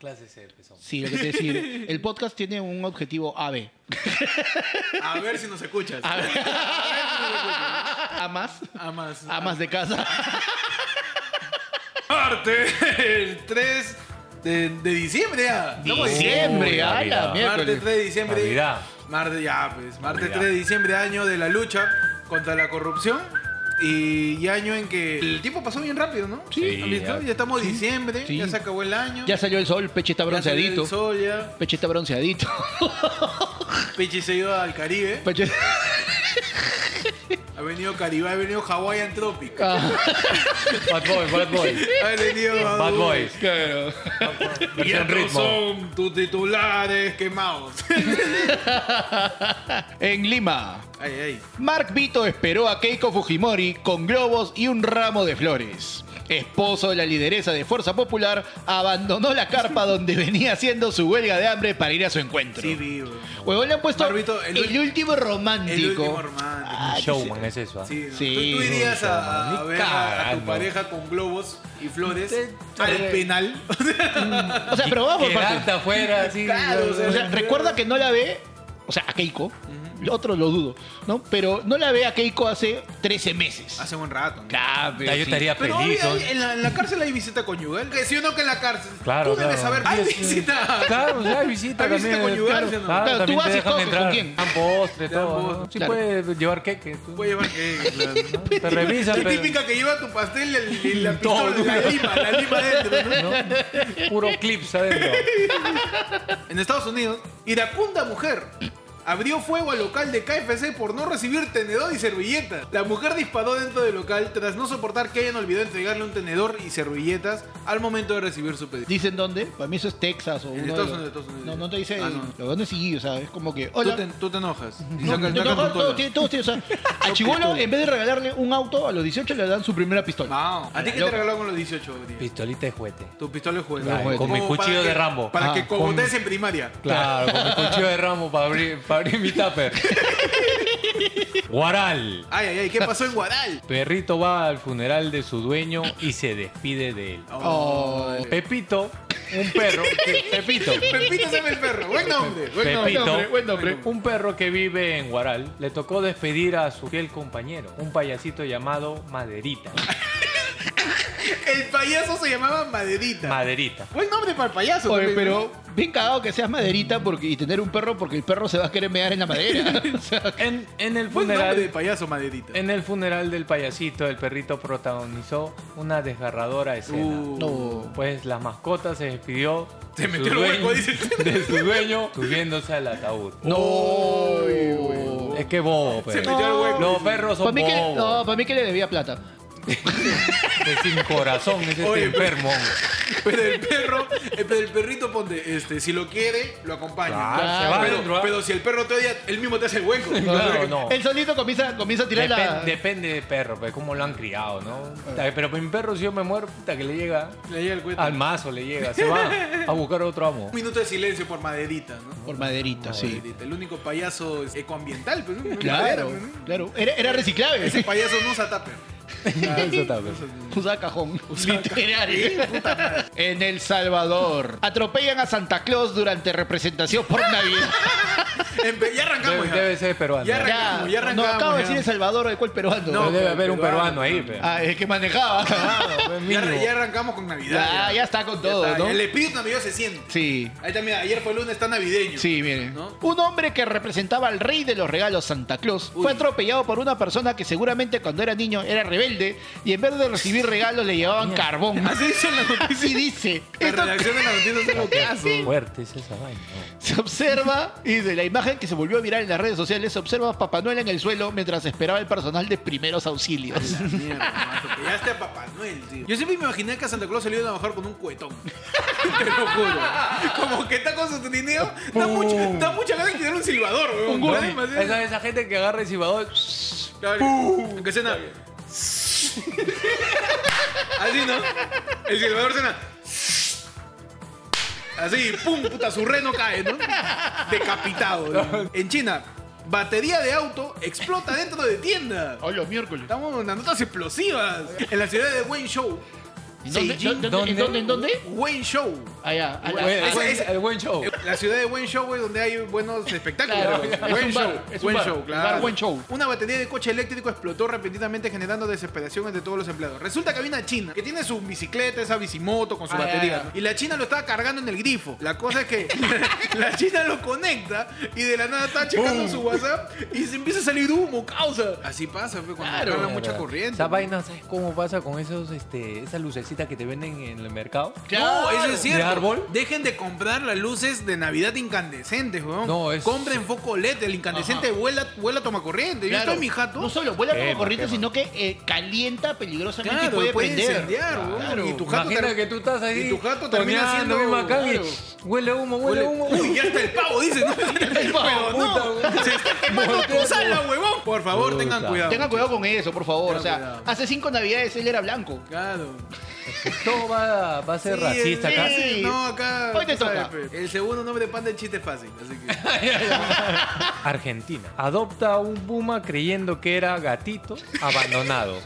clases el pezón. Sí, lo que te decir, el podcast tiene un objetivo AB. A ver si nos escuchas. A A, ver. A más. más. A más de casa. Parte el 3 de, de diciembre. ya. Estamos en Diciembre, Uy, a la Navidad. Martes miércoles. 3 de diciembre. Navidad. Martes, ya, pues. Martes Navidad. 3 de diciembre, año de la lucha contra la corrupción. Y, y año en que el tiempo pasó bien rápido, ¿no? Sí. ¿Han visto? Ya estamos en diciembre, sí. ya se acabó el año. Ya salió el sol, pechita ya salió bronceadito. el sol, ya. Pechita bronceadito. Pichi se ha ido al Caribe. Peche- Ha venido Caribe, ha venido Hawaiian Tropic. Ah, Bad Boy, Bad Boy. Ha venido Bad Boy. claro. Y Versión estos ritmo. son tus titulares quemados. En Lima, ay, ay. Mark Vito esperó a Keiko Fujimori con globos y un ramo de flores. Esposo de la lideresa de Fuerza Popular, abandonó la carpa donde venía haciendo su huelga de hambre para ir a su encuentro. Sí, vivo. Huevón le han puesto Barbito, el, el último ul- romántico. El último romántico. Ah, Showman es eso, ¿ah? Sí, ¿no? Sí, tú, tú irías a, no, a ni ver a, a tu cagando. pareja con globos y flores Te- al penal. O sea, pero vamos por partes. Llegando afuera, así. Claro, O sea, recuerda que no la ve, o sea, a Keiko, lo otro lo dudo, ¿no? Pero no la ve a Keiko hace 13 meses. Hace un rato. ¿no? Claro, pero Ya, sí. yo estaría Pero feliz. obvio, eh, ¿no? hay- en, la, en la cárcel hay visita conyugal. Que si uno que en la cárcel. Claro, Tú debes claro. saber. Hay visita. Claro, ya hay visita eh, Hay visita también. eh, conyugal, claro, ¿sí o no? claro, Claro, tú también vas te y dejan coges, ¿con entrar. quién? Dan postre, Te dan todo. postre. ¿no? Sí Claro. puedes llevar queque. tú. Puede llevar que. claro, ¿no? Te revisan, La pero- típica que lleva tu pastel y el- y la pistola, la lima, la lima adentro. ¿no? Puro clips adentro. En Estados Unidos, iracunda mujer abrió fuego al local de KFC por no recibir tenedor y servilleta. La mujer disparó dentro del local tras no soportar que hayan olvidado entregarle un tenedor y servilletas al momento de recibir su pedido. ¿Dicen dónde? Para mí eso es Texas o En uno de Estados los- Unidos, Estados Unidos. No, no te dice. Ah, no. Lo van a seguir, o sea, es como que. Tú Hola. te, tú te enojas. Y No, sacas- no, sacas no, tu todos cola. tienen- todos tienen, o sea, a Chibolo, pistola. en vez de regalarle un auto, a los 18 le dan su primera pistola. Mao, ¿A ti qué te Loca. regalaron con los 18 días? Pistolita de juguete. Tu pistola de juego. Claro, Como con mi para cuchillo que- de Rambo. Para Ah, que con- cogotes en primaria. Claro, con el cuchillo de ramo para abrir, para abrir mi tupper. Guaral. Ay, ay, ay, ¿qué pasó en Guaral? Perrito va al funeral de su dueño y se despide de él. Oh. Pepito, un perro. que- Pepito. Pepito se llama el perro. Buen nombre. Buen nombre. Pepito, nombre, buen nombre. un perro que vive en Guaral, le tocó despedir a su fiel compañero, un payasito llamado Maderita. El payaso se llamaba Maderita. Maderita. Buen nombre para el payaso. Oye, también, ¿no? pero bien cagado que seas maderita porque, y tener un perro porque el perro se va a querer mear en la madera. O sea, En, en el Buen nombre de funeral. payaso, Maderita. En el funeral del payasito, el perrito protagonizó una desgarradora escena. Uh. no. Pues la mascota se despidió Se de su metió el hueco, dice. de su dueño subiéndose al ataúd. No. Es que bobo, Se perro. metió el hueco. Los perros Para son Pues mí, que, no, bobos. para mí que le debía plata. que sin corazón es este Oye, pero- enfermo. Pero el perro, el, pero el perrito ponte, este, si lo quiere, lo acompaña. Claro, se va adentro, ¿ah? pero, pero si el perro te odia, él mismo te hace el hueco. Claro, Oh. no. Él solito comienza, comienza a tirar la. Depen- Depende del perro, pues, cómo lo han criado, ¿no? Ah. Puta, Pero mi perro, si yo me muero, puta, que le llega Le llega el cuento. al mazo, le llega, se va a buscar otro amo. Un minuto de silencio por maderita, ¿no? Por maderita, sí. Maderita, el único payaso es ecoambiental, pues, ¿no? Claro, Madera, pues, ¿no? claro. Era, era reciclable. Ese payaso no usa tupper. Eso está, pues. Usaba cajón. Literario. En El Salvador. Atropellan a Santa Claus durante representación por Navidad. Empe- Ya arrancamos Debe, ya. debe ser peruano. Ya Debe arrancamos, ya, ya no, arrancamos, acabo de ya. decir El Salvador, ¿de cuál peruano? No, debe haber un peruano peruano, ahí, pues. Ah, el que manejaba. Ah, Pues, Ya, mínimo. ya arrancamos con Navidad. ya, ya está con todo, Ya está, ¿no? ya El espíritu navideño se siente. Sí. Ahí también, ayer fue lunes, está navideño. Sí, miren. ¿No? Un hombre que representaba al rey de los regalos Santa Claus fue Uy. atropellado por una persona que seguramente cuando era niño era rebelde y en vez de recibir regalos le llevaban carbón. Así dice la noticia. Así dice. La Esto redacción de la noticia es lo que "Ah, hace. Fuerte es esa vaina. se observa y de la imagen que se volvió a viral en las redes sociales se observa a Papá Noel en el suelo mientras esperaba el personal de primeros auxilios. Mierda, mato, pillaste a Papá Noel, tío. Yo siempre me imaginé que a Santa Claus se le iba a bajar con un cuetón. Te lo juro. Como que está con su trineo. Da, mucho, da mucha ganas de quitar un silbador, weón. Un gol. ¿No? Demasiado- Esa, esa gente que agarra el cibador. Claro. Aunque suena. Así, ¿no? El silbador suena. Así, pum, puta, su reno cae, ¿no? Decapitado. ¿no? En China, batería de auto explota dentro de tienda. Hoy los miércoles. Estamos en las notas explosivas. En la ciudad de Wenzhou, ¿En dónde? Seiji. ¿Dónde? ¿En dónde? ¿En dónde? Wayne Show. Allá. a la- Ah, Buen- a- el buen- el buen show. La ciudad de Buen Show, güey, donde hay buenos espectáculos. Claro, es un buen bar, show, es un buen bar, show, un claro. bar, buen show. Una batería de coche eléctrico explotó repentinamente generando desesperación entre todos los empleados. Resulta que había una china que tiene su bicicleta, esa bicimoto con su Ah, batería. ya, ya. ¿no? Y la china lo estaba cargando en el grifo. La cosa es que la china lo conecta y de la nada está checando su WhatsApp y se empieza a salir humo, causa. Así pasa, güey, cuando Claro. carga Claro. mucha corriente. Esa vaina, ¿sabes cómo pasa con esos, este, esas lucecitas que te venden en el mercado? No, eso es ¿De cierto. árbol? Dejen de comprar las luces de Navidad incandescentes, weón. No, es- Compren foco LED. El incandescente vuela, vuela toma corriente. Yo Claro. estoy en mi jato. No solo vuela como Quema, corriente, quema. sino que eh, calienta peligrosamente y Claro, puede, puede prender. incendiar, weón. Claro. Y tu jato Imagina ter- que tú estás ahí. y tu jato termina torneando, siendo- mismo acá, y claro. Huele humo, huele, Huele- humo. Uy, ya está el pavo, dice. No, El pavo, puta, no. weón. Se está quemando Puta. tu sala, huevón. Por favor, Puta. tengan cuidado. Tengan cuidado con eso, por favor. Tengan O sea, cuidado. hace cinco navidades él era blanco. Claro. Todo va, va a ser Sí, eh. racista sí, acá. sí, No, acá. Hoy te tú sabes, toca. pe. El segundo nombre de panda en chiste es fácil. Así que. Argentina. Adopta a un puma creyendo que era gatito abandonado.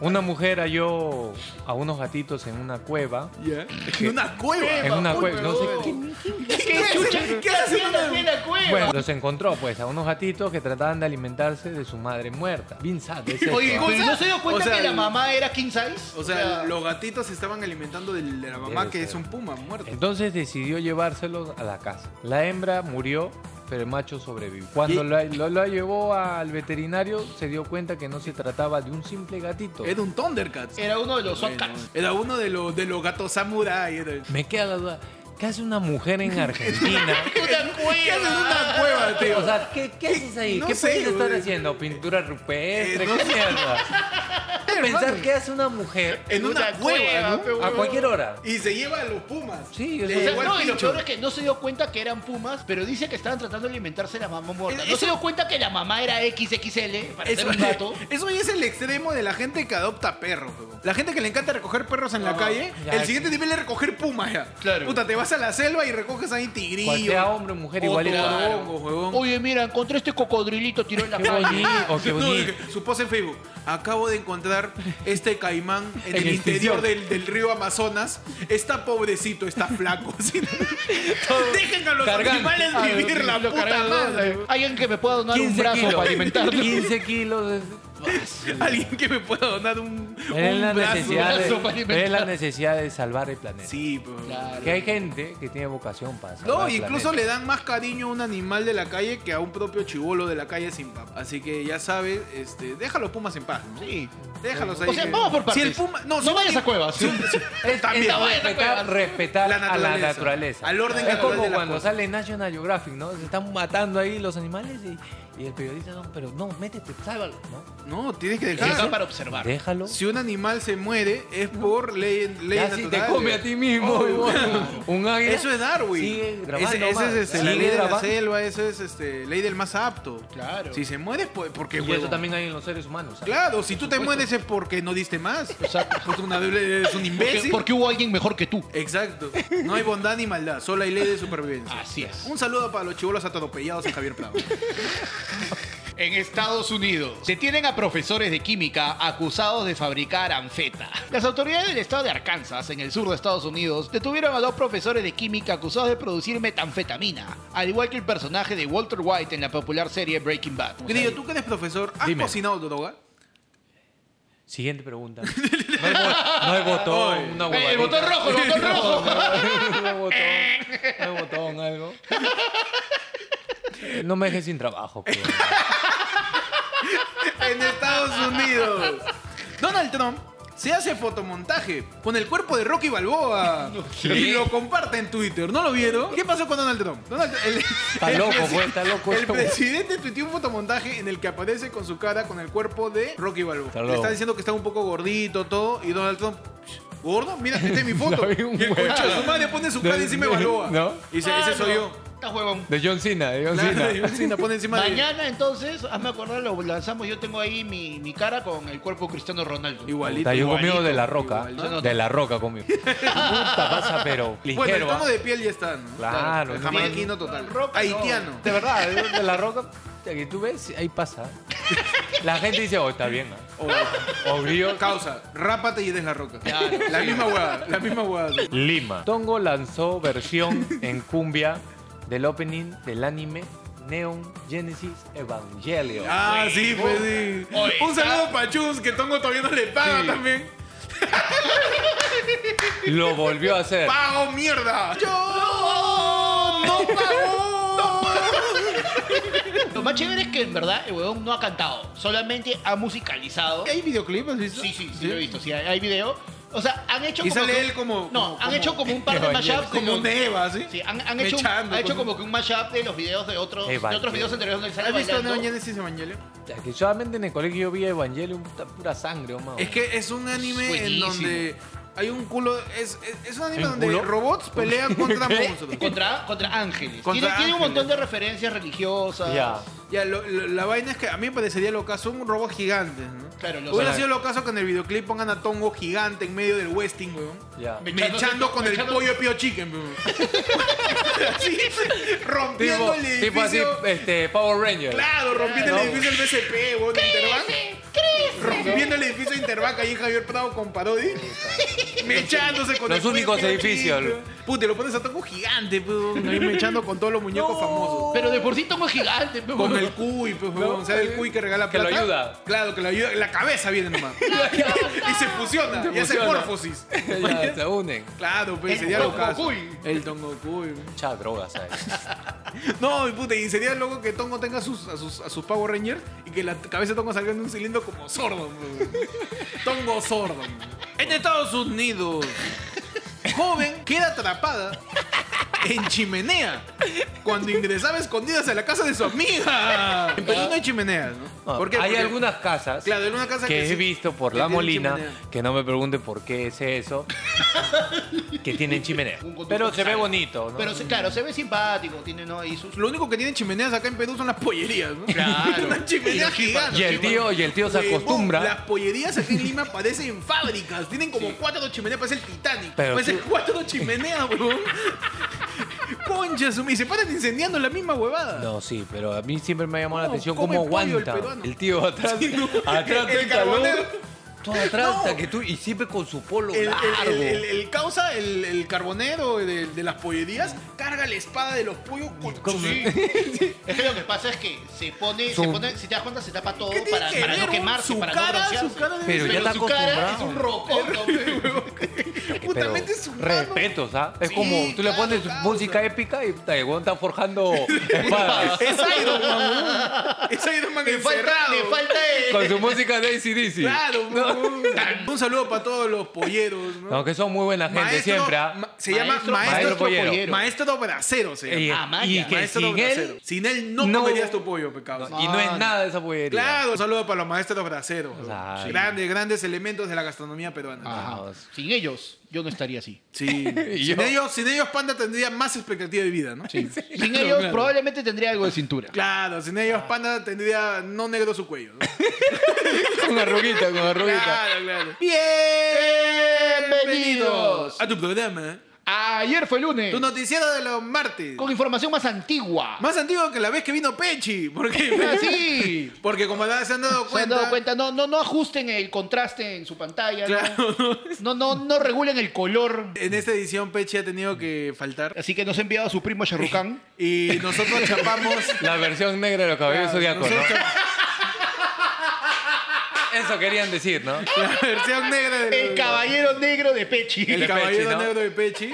Una mujer halló a unos gatitos en una cueva. Ya. En una cueva. En una Uy, cueva. No sé huevón. qué. ¿Qué haces? ¿Qué haces en una- en la cueva? Bueno, los encontró pues a unos gatitos que trataban de alimentarse de su madre muerta. Bien sad, es esto, Oye, ¿ah? pero ¿no se dio cuenta O sea, que la el- mamá era king size? O sea, los gatitos se estaban alimentando del- de la mamá Debe que ser. es un puma muerto. Entonces decidió llevárselos a la casa. La hembra murió, pero el macho sobrevivió. Cuando Y- la, lo- la llevó al veterinario, se dio cuenta que no se trataba de un simple gatito. Era un Thundercats. era uno de los Bueno, Socats. era uno de los, de los gatos samurai. era- Me queda la duda, ¿qué hace una mujer en Argentina? Una ¿Qué haces en cueva. una cueva, tío? O sea, ¿qué, qué haces ahí? No ¿Qué sé, puedes estar güey. haciendo? ¿Pintura rupestre? Eh, no ¿Qué sé. mierda? Pensar qué hace una mujer en una, cueva, ¿no? pe, a huevón. cualquier hora. Y se lleva a los pumas. Sí, o O Le sea, sea, llegó al no, y lo pincho. peor es que no se dio cuenta que eran pumas, pero dice que estaban tratando de alimentarse de la mamá muerta. Es- No es- se dio cuenta que la mamá era XXL para ser Eso, un gato. eso ya es el extremo de la gente que adopta perros. huevón. La gente que le encanta recoger perros en la Ah, calle. ya. El siguiente nivel es recoger pumas ya. Claro. Puta, te vas a la selva y recoges ahí tigrillo. cual sea hombre o mujer, otro igualito. hongo, huevón. Oye, mira, encontré este cocodrilito tiró en la Qué calle. bonito, qué No, bonito. su post en Facebook. Acabo de encontrar este caimán en, En el extinción. interior del, del río Amazonas. Está pobrecito, está flaco. Sí. Dejen a los cargando. animales Ah, vivir lo- la lo puta cargaron, madre. eh, Alguien que me pueda donar un brazo para alimentarlo. 15 kilos. es- Alguien que me pueda donar un, Es un la, brazo. necesidad brazo para de, es la alimentar. necesidad de salvar el planeta. Sí, pues. Claro. Que hay gente que tiene vocación para salvar No, el incluso planeta. le dan más cariño a un animal de la calle que a un propio chivolo de la calle sin papá. Así que ya sabes, este, déjalo pumas en paz, ¿no? Sí. Déjalos ahí. O sea, que- vamos por partes. Si el puma, no, si no un vayas a cuevas. ¿eh? Es, También. pues, es No, esa respetar, cueva. respetar La a la naturaleza. naturaleza. Al orden Es natural como de las cuando cosas. sale National Geographic, ¿no? Se están matando ahí los animales y, y el periodista, no, pero no, métete, sálvalo, ¿no? No, tienes que Está dejarlo. para observar. Déjalo. Si un animal se muere es por ley, ley Ya natural. si te come a ti mismo, Oh, y vos- un águila. Eso es Darwin. Sigue grabando Ese- esa más. es este, la Sigue ley de la grabando. selva, esa es este, ley del más apto. Claro. Si se muere, pues, porque Y huevo. eso también hay en los seres humanos. ¿sabes? Claro, si tú te mueres es porque no diste más. Exacto. Porque una- eres un Porque, imbécil. porque hubo alguien mejor que tú. Exacto. No hay bondad ni maldad, solo hay ley de supervivencia. Así Ah. es. Un saludo para los chivolos atropellados en Javier Prado. En Estados Unidos, detienen a profesores de química acusados de fabricar anfeta. Las autoridades del estado de Arkansas, en el sur de Estados Unidos, detuvieron a dos profesores de química acusados de producir metanfetamina, al igual que el personaje de Walter White en la popular serie Breaking Bad. Grillo, tú que eres profesor, ¿has Dime. cocinado droga? Siguiente pregunta. No hay, bo- no hay botón, Oye. una Eh, el huevadita. botón rojo, el botón rojo. No hay botón, no hay botón, algo. No me dejes sin trabajo, pues. en Estados Unidos. Donald Trump se hace fotomontaje con el cuerpo de Rocky Balboa y lo comparte en Twitter. ¿No lo vieron? ¿Qué pasó con Donald Trump? Donald- el, Está el loco, presi- pues, está loco. El presidente tuiteó un fotomontaje en el que aparece con su cara con el cuerpo de Rocky Balboa. Está Le loco. está diciendo que está un poco gordito, todo, y Donald Trump... Gordo, mira, esta es mi foto. No, hay un y el huevo. concha de su madre pone su cara encima de Balboa. ¿No? Y dice, ese soy yo. Estás huevón. De John Cena, de John Claro, Cena. John Cena, pone encima de- Mañana entonces, hazme acordar, lo lanzamos. Yo tengo ahí mi, mi cara con el cuerpo de Cristiano Ronaldo. Igualito. Puta, yo igualito, conmigo de la roca. igualito. De la roca conmigo. Puta, pasa, pero Bueno, el ligero. tono ¿ah? de piel ya está, ¿no? Claro, El no, jamaiquino total. Roca, no. Haitiano. De verdad, de la roca, que tú ves, ahí pasa. La gente dice, oh, está bien. ¿ah? Obvio. Causa, rápate y des la roca. Claro, la misma hueá, la misma hueá. Lima. Tongo lanzó versión en cumbia del opening del anime Neon Genesis Evangelion. Ah, sí, pues sí. Oye, Un está- saludo para Chus, que Tongo todavía no le paga también. Lo volvió a hacer. ¡Pago mierda! ¡Yo! ¡No pago! Lo más chévere es que en verdad el huevón no ha cantado, solamente ha musicalizado. ¿Hay videoclip? ¿Has visto? Sí, sí, sí, lo he visto, sí, hay, hay video. O sea, han hecho Y como. sale que- él como- No, como- han como- hecho como un par de mashups. Como un Eva, ¿sí? Sí, han, han hecho, un- Mechando ha hecho con- como que un mashup de los videos de otros, de Evangelion. otros videos anteriores donde él sale ¿Has visto bailando. Neon Genesis Evangelion? Ya que solamente en el colegio vi Evangelion, puta, pura sangre, oh, mao. Es que es un anime en buenísimo. donde hay un culo. Es, es, es un anime ¿Un donde culo? robots pelean contra monstruos. Contra, contra ángeles. Contra tiene, tiene un montón de ángeles. referencias religiosas. Ya. Ya, lo- lo- la vaina es que a mí me parecería lo caso un robot gigante, ¿no? Claro, lo Hubiera sabe. sido lo caso que en el videoclip pongan a Tongo gigante en medio del Westing, weón. Ya. Me- Mechándose- Mechando con el mechando- pollo de Pio Chicken, weón. Así, rompiendo Tipo, el tipo así, edificio. este, Power Ranger. Claro, rompiendo Claro. el edificio del BCP, weón, de Interbank. Rompiendo el edificio de Interbank ahí en Javier Prado con Parodi. Mechándose con Los el pollo únicos Pio edificios. Chicken, weón. Puta, y lo pones a Tongo gigante, pues, weón. Ahí mechando con todos los muñecos famosos. Pero de por sí Tongo es gigante. pe, Con huevón. el cuy, pues, weón. O sea, el cuy que regala Que lo plata. ayuda. Claro, que lo ayuda. La cabeza viene nomás. y se fusiona. y hace fusiona. morfosis. Ya, se unen. claro, pues, El sería lo Tongo caso. cuy. El tongo cuy. Muchas drogas ahí. No, y puta, y sería loco que Tongo tenga sus, a, sus, a sus Power Rangers y que la cabeza de Tongo salga en un cilindro como sordo. tongo sordo. En Estados Unidos, joven queda atrapada en chimenea cuando ingresaba escondidas a la casa de su amiga. En Perú no hay chimeneas, ¿no? Ah, ¿Por qué? Hay Porque- algunas casas Claro, en una casa que, que sí- he visto por que la tienen Molina, chimenea. que no me pregunten por qué es eso, que tienen chimenea. Un conducto Pero que se ve sale. bonito, ¿no? Pero se- claro, se ve simpático, tiene no y sus Lo único que tienen chimeneas acá en Perú son las pollerías, ¿no? Claro. Una chimenea gigante. y el tío, y el tío se Huevón, acostumbra. Las pollerías aquí en Lima parecen fábricas. Tienen como cuatro chimeneas, parece el Titanic. Pero parecen tú- cuatro chimeneas, huevón. Concha, su- y se paran incendiando la misma huevada. No, sí, pero a mí siempre me llamó la ¿Cómo atención come cómo pollo el aguanta peruano? el, tío atrás, Sí, no. atrás El del calor. carbonero. Todo atrás No. hasta que tú y siempre con su polo El, el- largo. el- el- el causa, el, el carbonero de, de las pollerías, carga la espada de los pollos con Sí. Es que lo que pasa es que se pone, se Su- pone, si te das cuenta, se tapa todo ¿Qué tiene para, que para ver, no huevón? quemarse, Su para cara, no broncearse. su cara debe Pero ya ser- está su cara es acostumbrado. un rocoto. Justamente su mano. respeto, ¿sabes? Es Sí, como tú le claro, pones causa. música épica y puta, el huevón está forjando espadas. Es Iron Man. huevón. Es Iron Man Le falta, encerrado. le falta el- con su música de ACDC. Claro, huevón. Un saludo para todos los polleros, ¿no? No, que son muy buena gente Maestro- siempre, ¿ah? ma- se Maestro- llama maestro, Maestro Pollero. Maestro Bracero se Y- llama. Amaya. y que ah, Maestro sin Bracero. él, Sin él no, no- comerías tu pollo, pecado. y no es nada de esa pollería. Claro, un saludo para los maestros braceros. Claro. Grandes, grandes elementos de la gastronomía peruana. Ajá. Ah, Sin ellos, yo no estaría así. Sí. Ah. Y sin, yo. ellos, sin ellos, Panda tendría más expectativa de vida, ¿no? Sí. Sin ellos, probablemente tendría algo de cintura. Claro, sin Ah. ellos, Panda tendría no negro su cuello. ¿no? Con arruguita, con arruguita. Claro, claro. Bienvenidos. A tu programa. Ayer fue lunes. Tu noticiero de los martes. Con información más antigua. Ah, Más antiguo que la vez que vino Pechi. Porque, Así. porque como ya se han dado Se han cuenta. dado cuenta, no, no, no ajusten el contraste en su pantalla. Claro. No, no, no, no regulen el color. En esta edición Pechi ha tenido que faltar. Así que nos ha enviado a su primo Sherrukan. Y nosotros chapamos. La versión negra de los cabellos zodiacos, Nosotros ¿no? chapamos Eso querían decir, ¿no? La versión negra del El caballero negro de Pechi. el de caballero Pechi, ¿no? negro de Pechi.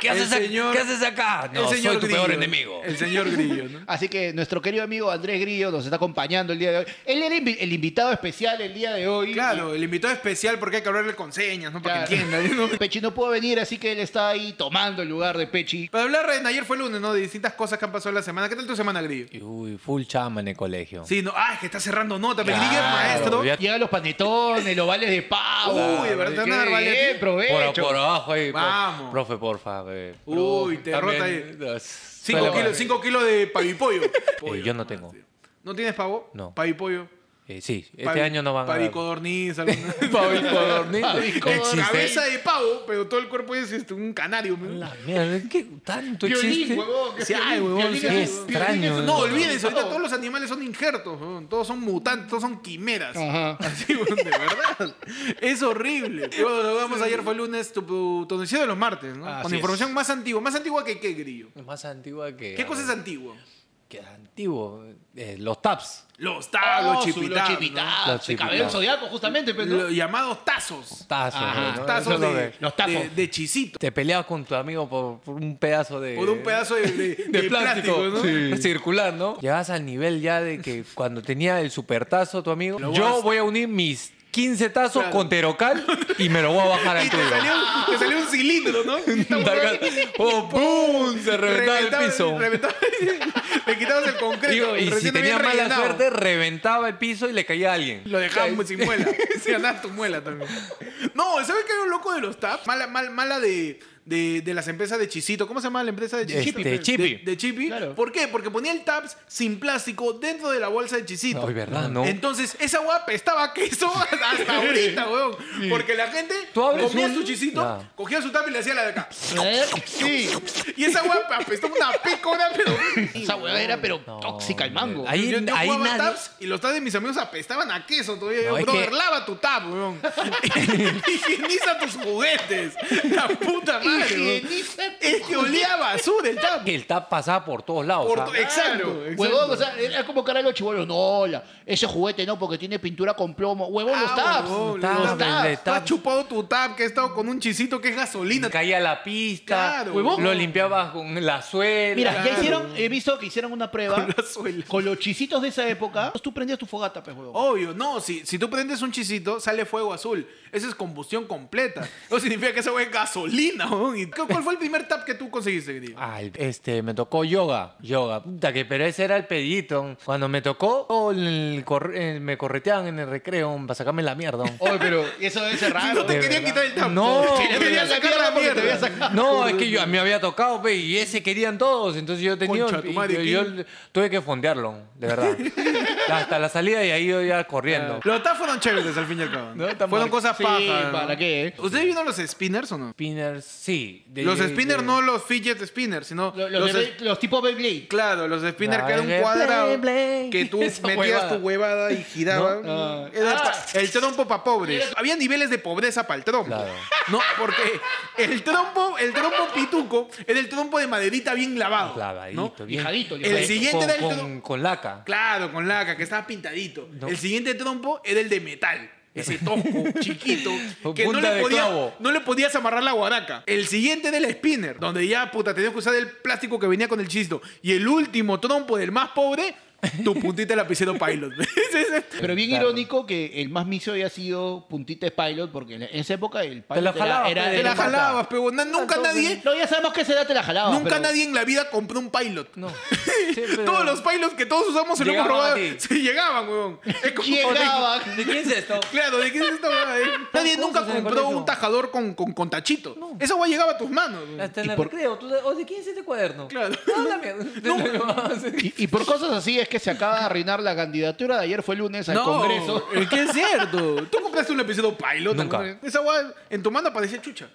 ¿Qué haces, El ac- señor- ¿Qué haces acá? No, el soy señor tu Grillo, peor ¿no? enemigo. El señor Grillo, ¿no? Así que nuestro querido amigo Andrés Grillo nos está acompañando el día de hoy. Él era invi- el invitado especial el día de hoy. Claro, el invitado especial porque hay que hablarle con señas, ¿no? Para que Claro. entienda. ¿no? Pechi no pudo venir, así que él está ahí tomando el lugar de Pechi. Para hablar en ayer fue lunes, ¿no? De distintas cosas que han pasado en la semana. ¿Qué tal tu semana, Grillo? Uy, full chama en el colegio. Sí, no. Ah, es que está cerrando nota. pero Claro, Grillo es maestro. ya- Llega llegan los panetones, los vales de pavo. Uy, de verdad, te van a dar vales a ti. Por, provecho. por abajo ahí. por- Vamos. profe, porfa. eh, profe, Uy, te también, eh, rota suele ahí. 5 kilos, pasar. cinco kilos de pavipollo. Pollo, Eh, yo no tengo. ¿No tienes pavo? No. Pavipollo. Eh, sí, este Pavi- año no van a dar. Pavicodorniz. alguna- Pavicodorniz. Existe. Cabeza de pavo, pero todo el cuerpo es este, un canario. man. La mierda, ¿qué tanto Piolín, existe? huevón, que Sí, ay, Piolín, huevón, Piolín qué es un- Piolín es extraño. un- No, ¿no? olvídense, ahorita todos los animales son injertos, weón. todos son mutantes, todos son quimeras. Ah. Ajá. Así, weón, de verdad. Es horrible. Bueno, lo vemos ayer fue el lunes, tu, tu, tu noticiero de los martes, ¿no? Así Con información más antigua. ¿Más antigua que qué, grillo? Es más antigua que. ¿Qué cosa es antigua? que es antiguo? Eh, los taps. Ah, Los tablos, Oh, su- Los chipitá, chipitá, Los de chipitá. cabello zodiaco, justamente, pero. ¿no? Los llamados tazos. Tazos. Ajá, ¿no? Eso Tazos es lo de, que- Los tazos. de, de chisito. Te peleabas con tu amigo por, por un pedazo de. Por un pedazo de, de- de de plástico, plástico, ¿no? Sí. circular, ¿no? Llegas al nivel ya de que cuando tenía el supertazo tu amigo, Lo yo vas- voy a unir mis 15 tazos Claro. con Terocal y me lo voy a bajar Y al te tuyo. salió, te salió un cilindro, ¿no? Targa- ¡Oh, boom! Se reventaba el Reventaba- piso. reventaba- le quitabas el concreto. Digo, y si recién tenía habían mala rellenado. suerte, reventaba el piso y le caía a alguien. Lo O sea, dejaban sin muela. Se ganabas tu muela también. No, ¿sabes qué era un loco de los taps? Mala, mal, mala de, de, de las empresas de chisito. ¿Cómo se llama la empresa de chisito? Este, Chipi. De, de chipi. Claro. ¿Por qué? Porque ponía el taps sin plástico dentro de la bolsa de chisito. No, es verdad, ¿no? Entonces, esa guapa estaba queso hasta ahorita, weón. Porque la gente Tú abres comía un- su chisito, Ya. cogía su tap y le hacía la de acá. ¿Eh? Sí. Y esa guapa apestó una picora, pero... Esa huevera, pero No, tóxica el mango. Ahí- yo, yo ahí jugaba nadie- tabs y los tabs de mis amigos apestaban a queso todavía. No, yo, es brother, que- lava tu tab, weón. Higieniza tus juguetes. La puta madre, weón. Higieniza tu Es que olía a basura el tab. Que el tap pasaba por todos lados. Por o sea, to- exacto, exacto. Huevón, o sea, era como cara de los chivolos. No, la- ese juguete no, porque tiene pintura con plomo. Huevón, los Ah, taps. huevón, los los taps. taps. Tú has chupado tu tab que ha estado con un chisito que es gasolina. caía a la pista, Claro. huevón, lo limpiabas con la suela. Mira, ya Claro. hicieron, he visto que hicieron una prueba Con la suela. con los chisitos de esa época. Tú prendías tu fogata, pues, huevón. Obvio, no, si, si tú prendes un chisito, sale fuego azul. Esa es combustión completa. Eso significa que esa weón es gasolina, weón. ¿Y cu- ¿Cuál fue el primer tab que tú conseguiste, Grillo? Ah, el- este, me tocó yoga. Yoga. Puta que, pero ese era el pedito. Cuando me tocó, oh, en el cor- eh, me correteaban en el recreo para sacarme la mierda. Oye, pero eso es raro. No te de querían verdad. quitar el tab. No. Te querían sacar porque la te mierda. había sacado. No, es que yo, a mí me había tocado, pe, y ese querían todos. Entonces yo tenía. Concha tu y madre, yo, ¿qué? yo tuve que fondearlo, de verdad. Hasta la salida y ahí yo ya corriendo. Los TAF fueron chéveres al fin y al cabo. No, tampoco. fueron cosas Sí, pajas. ¿no? ¿para qué? ¿Ustedes vieron los spinners o no? Spinners, sí. de- Los de- spinners, de- no los fidget spinners, sino Los, los, los, de- es- los tipos Beyblade. Claro, los spinners Ah, que era de un cuadrado blay, blay. que tú metías Esa huevada. tu huevada y giraba. No. Ah. Era Ah. pa- el trompo para pobres. Había niveles de pobreza para el trompo. Claro. No, porque el trompo, el trompo pituco era el trompo de maderita bien lavado. ¿no? Clavadito, bien. Lijadito, El lijadito. siguiente con, era el con, tro- con laca. Claro, con laca, que estaba pintadito. No. El siguiente trompo era el de metal. Ese tosco, chiquito, que no Punta le, de podía- clavo. no le podías amarrar la guaraca. El siguiente era el spinner, donde ya, puta, tenías que usar el plástico que venía con el chisto. Y el último trompo del más pobre, tu puntita de lapicero pilot. Ese es- Pero bien Claro. irónico que el más miso haya sido Puntita Pilot, porque en esa época el Pilot la era- jalabas, era, pe. de Te la importa. jalabas, pero na- nunca nadie... No, ya sabemos que esa edad te la jalabas. Nunca pero- nadie en la vida compró un pilot. No. Sí, pero- Todos los pilots que todos usamos se lo hemos Llegaban a robado. ti. Se llegaban, weón. Es como- Llegaba. ¿De quién es esto? Claro, ¿de qué es esta huevada, eh? Nadie ¿Cómo nunca se hace el compró colegio? un tajador con, con, con tachito. Esa hueá llegaba a tus manos. güey. Hasta en ¿Y el por- recreo. tú sabes, "Oh, ¿De quién es este cuaderno? Claro. No, la mierda. No. Y, y por cosas así es que se acaba de arruinar la candidatura de ayer fue lunes al No, eh, Congreso. es que es cierto. ¿Tú compraste un lapicero pilot? Nunca. alguna vez? Esa hueá en tu mano parecía chucha.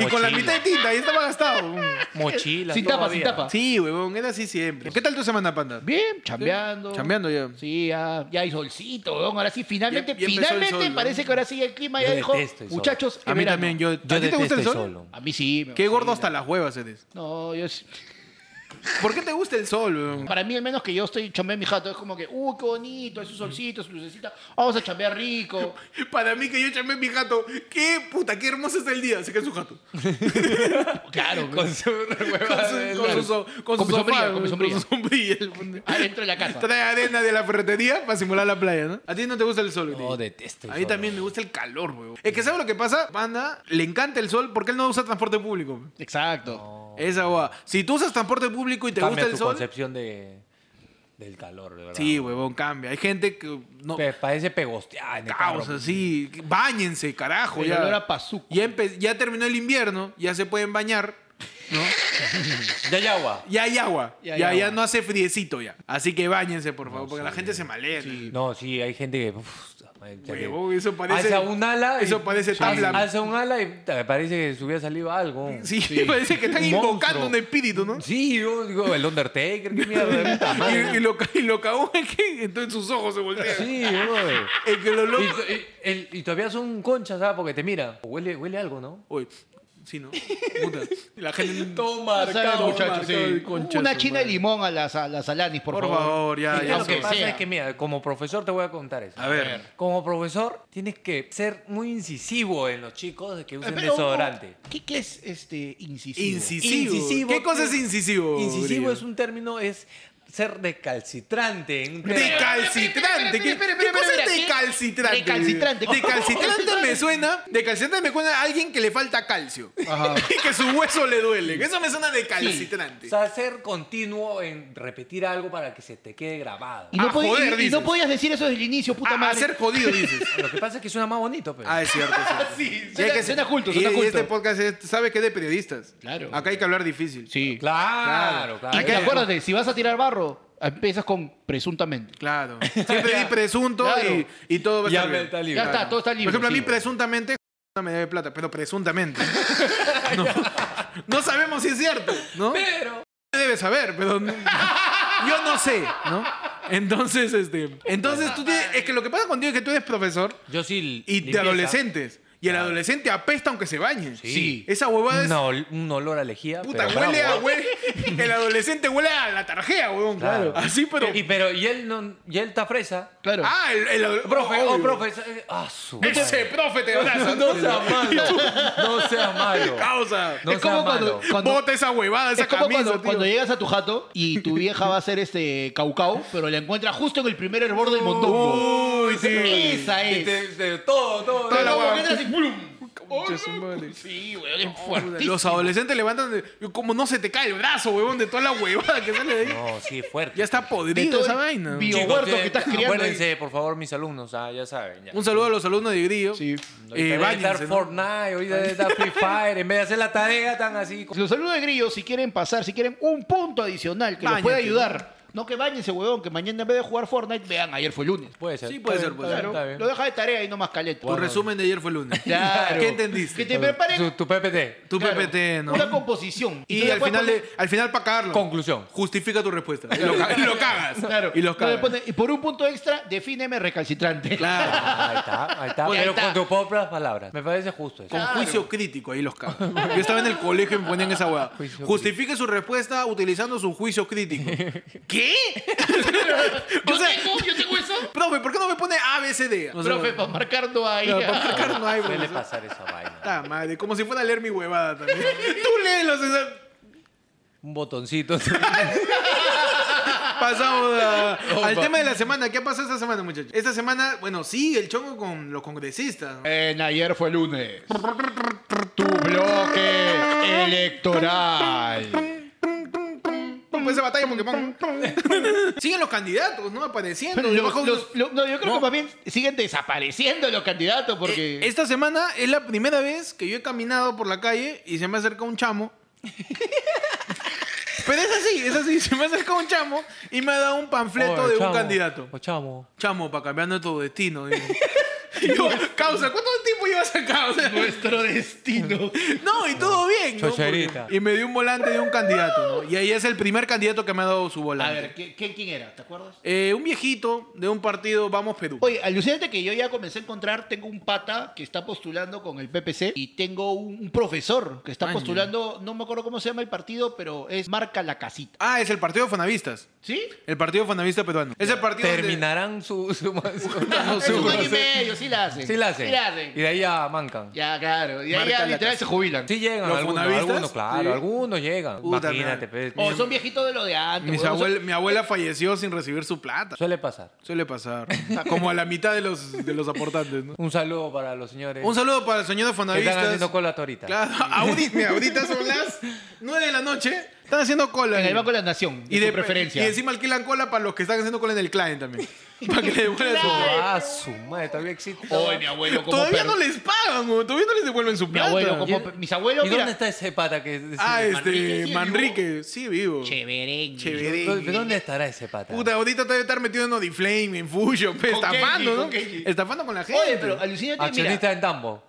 Y con la Mochila. mitad de tinta, y estaba gastado. güey. Mochila. Sin tapa, sin todavía. tapa. Sí, huevón, era así siempre. ¿Qué tal tu semana, panda? Bien, chambeando. Chambeando ya. Sí, ya, ya hay solcito, weón. Ahora sí, finalmente, Ya- ya empezó el finalmente sol, ¿no? parece que ahora sí el clima Yo ya dijo, detesto el sol. muchachos, A es mí verano". también, yo. ¿A Yo ti te gusta el detesto sol? Ah, el sol. A mí sí. me Qué fascina. gordo hasta las huevas eres. No, yo sí. ¿Por qué te gusta el sol, huevón? Para mí, al menos que yo estoy chambeando en mi jato, es como que, uh, qué bonito, es su solcito, su lucecita, vamos a chambear rico. Para mí que yo chamé mi gato. Qué puta, qué hermoso está el día. Se queda su gato. Claro, Con su Con su, con su so- con Con su mi sofá, sombrilla, con mi Con su sombrilla. el fondo. adentro de la casa. Trae arena de la ferretería para simular la playa, ¿no? A ti no te gusta el sol, Grillo? No, detesto el A mí sol, también me weón. gusta el calor, weón. Es que ¿sabes lo que pasa? Panda le encanta el sol porque él no usa transporte público. weón. Exacto. Esa weá. Si tú usas transporte público y te Cambia gusta el tu sol, concepción de, Del calor, de verdad. Sí, huevón, cambia. Hay gente que no. Pe- parece pegosteada en el carro. Causa, sí. Báñense, carajo. pues, El ya. olor a pazuco. Ya, empe- ya terminó el invierno, ya se pueden bañar, ¿no? Ya hay agua. Ya hay agua. Ya Ya, hay ya, agua. no hace friecito ya. Así que báñense, por favor, porque la gente se malea. No, sí, hay gente que. uf, madre, ya que- Huevón, oh, eso parece- Alza un ala. y- eso parece Sí. tabla. Alza un ala y ta, parece que se hubiera salido algo. Sí, parece que están Un invocando monstruo. un espíritu, ¿no? Sí, yo digo, el Undertaker, qué mierda. puta madre. Y, y lo, ca- y lo cagó es que entonces sus ojos se voltean. Sí, güey. Es que lo loco. Y, y- el- y todavía son conchas, ¿sabes? Porque te mira. Huele, huele algo, ¿no? Uy, sí, ¿no? Puta. La gente. Todo Saben, muchachos, marcado sí. el conchazo, Una china de madre. limón a las, a las Alanis, por, Por favor, ya, Es que ya. lo que aunque pasa sea. es que, mira, como profesor te voy a contar eso. A ver. Como profesor, tienes que ser muy incisivo en los chicos de que usen Espera, un- desodorante. ¿Qué, qué es este incisivo? Incisivo. Incisivo. ¿Qué cosa es incisivo? Incisivo Rodrigo? es un término, es ser recalcitrante. en un término. Decalcitrante. ¿Qué, Espera, espera, qué espera, cosa es espera, ¿qué? decalcitrante? Recalcitrante. Decalcitrante me suena. Decalcitrante me suena a alguien que le falta calcio. Y que su hueso le duele. Eso me suena decalcitrante. O sea, ser continuo en repetir algo para que se te quede grabado. Y no, Ah, podí- joder, y- y no dices. Ah, podías decir eso desde el inicio, puta a, a madre. ser jodido, dices. Lo que pasa es que suena más bonito, pero. Ah, es cierto. es cierto. Sí, Y hay suena- que- suena culto, y- suena y culto. este podcast es- sabe que es de periodistas. Claro. Acá hay que hablar difícil. Sí. Claro, claro. Y que acuérdate, si vas a tirar barro, empiezas con presuntamente. Claro. Siempre di presunto Claro. y, y todo va a Ya estar me- bien. está libre. Ya está, todo está libre. Por ejemplo, a mí sí. presuntamente me debe plata, pero presuntamente. No, No sabemos si es cierto, ¿no? Pero. debes saber, pero no- yo no sé, ¿no? Entonces, este, entonces tú tienes, es que lo que pasa contigo es que tú eres profesor Yo sí. y de limpieza. adolescentes y el adolescente apesta aunque se bañe. Sí. Esa huevada es Una ol- un olor a lejía. puta, pero huele bravo, a ¿eh? hue- el adolescente huele a la tarjea, huevón. Claro. Así pero Y, pero, y él, no, y él está fresa. Claro. Ah, el, el- Profe, obvio. oh, profe. eh, Ah, su. Ese madre. profe te abraza. No seas malo. No seas malo. Causa. No Es seas como cuando- malo. cuando- Bota esa huevada, esa Es como camisa, cuando, tío. cuando llegas a tu jato y tu vieja va a hacer este caucao, pero la encuentras justo en el primer hervor del mondongo. Uy, sí. Esa Y es. te- te- todo, todo. Pero Oh, la como hueva. que entras y ¡plum! Concha su madre. Sí, weón, es fuertísimo. Los adolescentes levantan de- como no se te cae el brazo, huevón, de toda la huevada que sale de ahí. No, sí, fuerte. Ya está De podrido todo esa el vaina. bio- Chicos, huerto que ustedes, estás criando Acuérdense, por favor, mis alumnos, ah, ya saben. Ya. Un saludo a los alumnos de Grillo. Sí. Ahorita Eh, debe estar bañense, ¿no? Fortnite, ahorita debe estar Free Fire, en vez de hacer la tarea están así. con- Los saludos de grillo, si quieren pasar, si quieren un punto adicional que los Báñate, pueda ayudar. No que bañense, huevón, que mañana en vez de jugar Fortnite, vean, ayer fue lunes. Puede ser. Sí, puede Está ser, bien, puede está Claro, bien, está bien. lo deja de tarea y no más caleta. Tu resumen de ayer fue el lunes. Claro. ¿Qué entendiste? Que te preparen Su- tu PPT. Tu claro, PPT, ¿no? una composición. tú Y le al puedes final, poner- de- al final para cagarlo. Conclusión. Justifica tu respuesta. Y lo, ca- y lo cagas. Claro, Y los tú le cagas. pones- y por un punto extra, defíneme recalcitrante. Claro. Ahí está, ahí está. Ahí Pero está. con tus propias palabras. Me parece justo eso. Con juicio crítico, ahí los cago. Yo estaba en el colegio y me ponían esa hueá. Juicio Justifique su respuesta utilizando su juicio crítico. ¿Qué? o sea, yo tengo eso. profe, ¿por qué no me pone ABCD? O sea, Profe, para marcar no hay. claro, para marcar no hay, güey. Suele pasar esa vaina. Puta madre, como si fuera a leer mi huevada también. Tú léelos. o sea, Un botoncito. Pasamos a- al tema de la semana. ¿Qué ha pasado esta semana, muchachos? Esta semana, bueno, sí, el chongo con los congresistas. ¿no? En ayer fue lunes. Tu bloque electoral. Pues esa batalla Pokémon. Siguen los candidatos, ¿no? Apareciendo. Pero Y los- bajo- los- lo- no, yo creo No. que más bien siguen desapareciendo los candidatos porque. Eh, Esta semana es la primera vez que yo he caminado por la calle y se me acerca un chamo. Pero es así, es así. Se me acerca un chamo y me ha dado un panfleto Oye, de chamo, un candidato. o chamo. Chamo, para cambiar nuestro destino. digo. Y yo, causa, ¿cuánto tiempo llevas acá? O sea, Nuestro destino. no, y todo bien. ¿no? Chocherita. Porque- Y me dio un volante de un candidato, ¿no? Y ahí es el primer candidato que me ha dado su A volante. ver, ¿qué- qué- ¿quién era? ¿Te acuerdas? Eh, un viejito de un partido, vamos Perú. Oye, alucinante que yo ya comencé a encontrar, tengo un pata que está postulando con el PPC y tengo un, un profesor que está Ay, postulando, no me acuerdo cómo se llama el partido, pero es Marca la Casita. Ah, es el partido Fonavistas. ¿Sí? El partido Fonavista peruano. Es el partido donde- Terminarán su... su, su- Ah, No, es un seguro. año y medio, sí la hacen. sí la hacen. Y de ahí ya mancan. Ya, claro. Y ahí Marca ya la literal Casita. se jubilan. Sí llegan ¿Los algunos, funavistas? algunos, claro, Sí. algunos llegan. Puta Imagínate, madre. Oh, pues, O mi- son viejitos de lo de antes. Mis huevón, son- abuel- mi abuela falleció sin recibir su plata. suele pasar. Suele pasar. Como a la mitad de los, de los aportantes, ¿no? Un saludo para los señores Un saludo para el señor de que están Fonavistas. haciendo cola ahorita. Claro, ahorita, mira, ahorita son las 9 de la noche Están haciendo cola. En el ahí. Banco de la Nación, de, tu preferencia. Y encima alquilan cola para los que están haciendo cola en el client también. para que le devuelvan su Ah, su madre, todavía existe. Oye, mi abuelo, como Todavía no les pagan, güey. Todavía no les devuelven su Mi plata. abuelo, ¿Y- como pe- mis abuelos, ¿Y mira- dónde está ese pata que... ese- Ah, Manrique, este, ¿sí, Manrique, sí, vivo. Chéverengue. ¿Dó- Chévere. ¿Dónde estará ese pata? Puta, ahorita debe estar metido en Odiflame, en Fusion, pe, Con estafando, Kenji, ¿no? con Kenji. Estafando con la gente. Oye, pero alucínate, mira, Accionista en Tambo.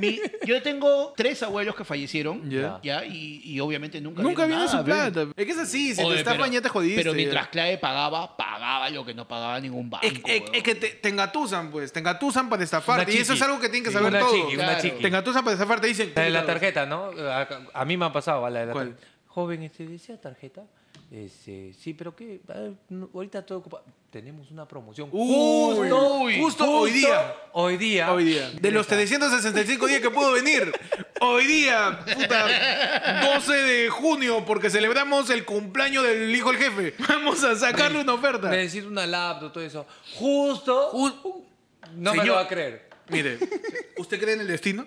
mi- yo tengo tres abuelos que fallecieron, Ya. ya, y, y obviamente nunca Nunca vino vieron su nada, pe. plata. Es que es así, si Oye, te estafan ya te jodiste. Pero ya. mientras Clave pagaba, pagaba lo que no pagaba ningún banco. Es, es- weón. es que te, te engatusan, pues. Te engatusan para Una estafarte. Y eso chiqui. es algo que tienen que Sí, saber una todos. chiqui, una Claro. chiqui. Te engatusan para estafarte. Dicen. La de la tarjeta, ¿no? A, a mí me ha pasado, a la de la ¿Cuál? tarjeta. Joven, este, ¿desea tarjeta? Este, sí, pero ¿qué? Ah, no, ahorita todo ocupado. Tenemos una promoción. Uy, uy, Uh, justo hoy día. Hoy día. Hoy día. De los 365 días que pudo venir. Hoy día, puta, 12 de junio, porque celebramos el cumpleaños del hijo del jefe. Vamos a sacarle una oferta. Necesito una laptop, todo eso. Justo. no me lo Señor. va a creer. Mire, ¿usted cree en el destino?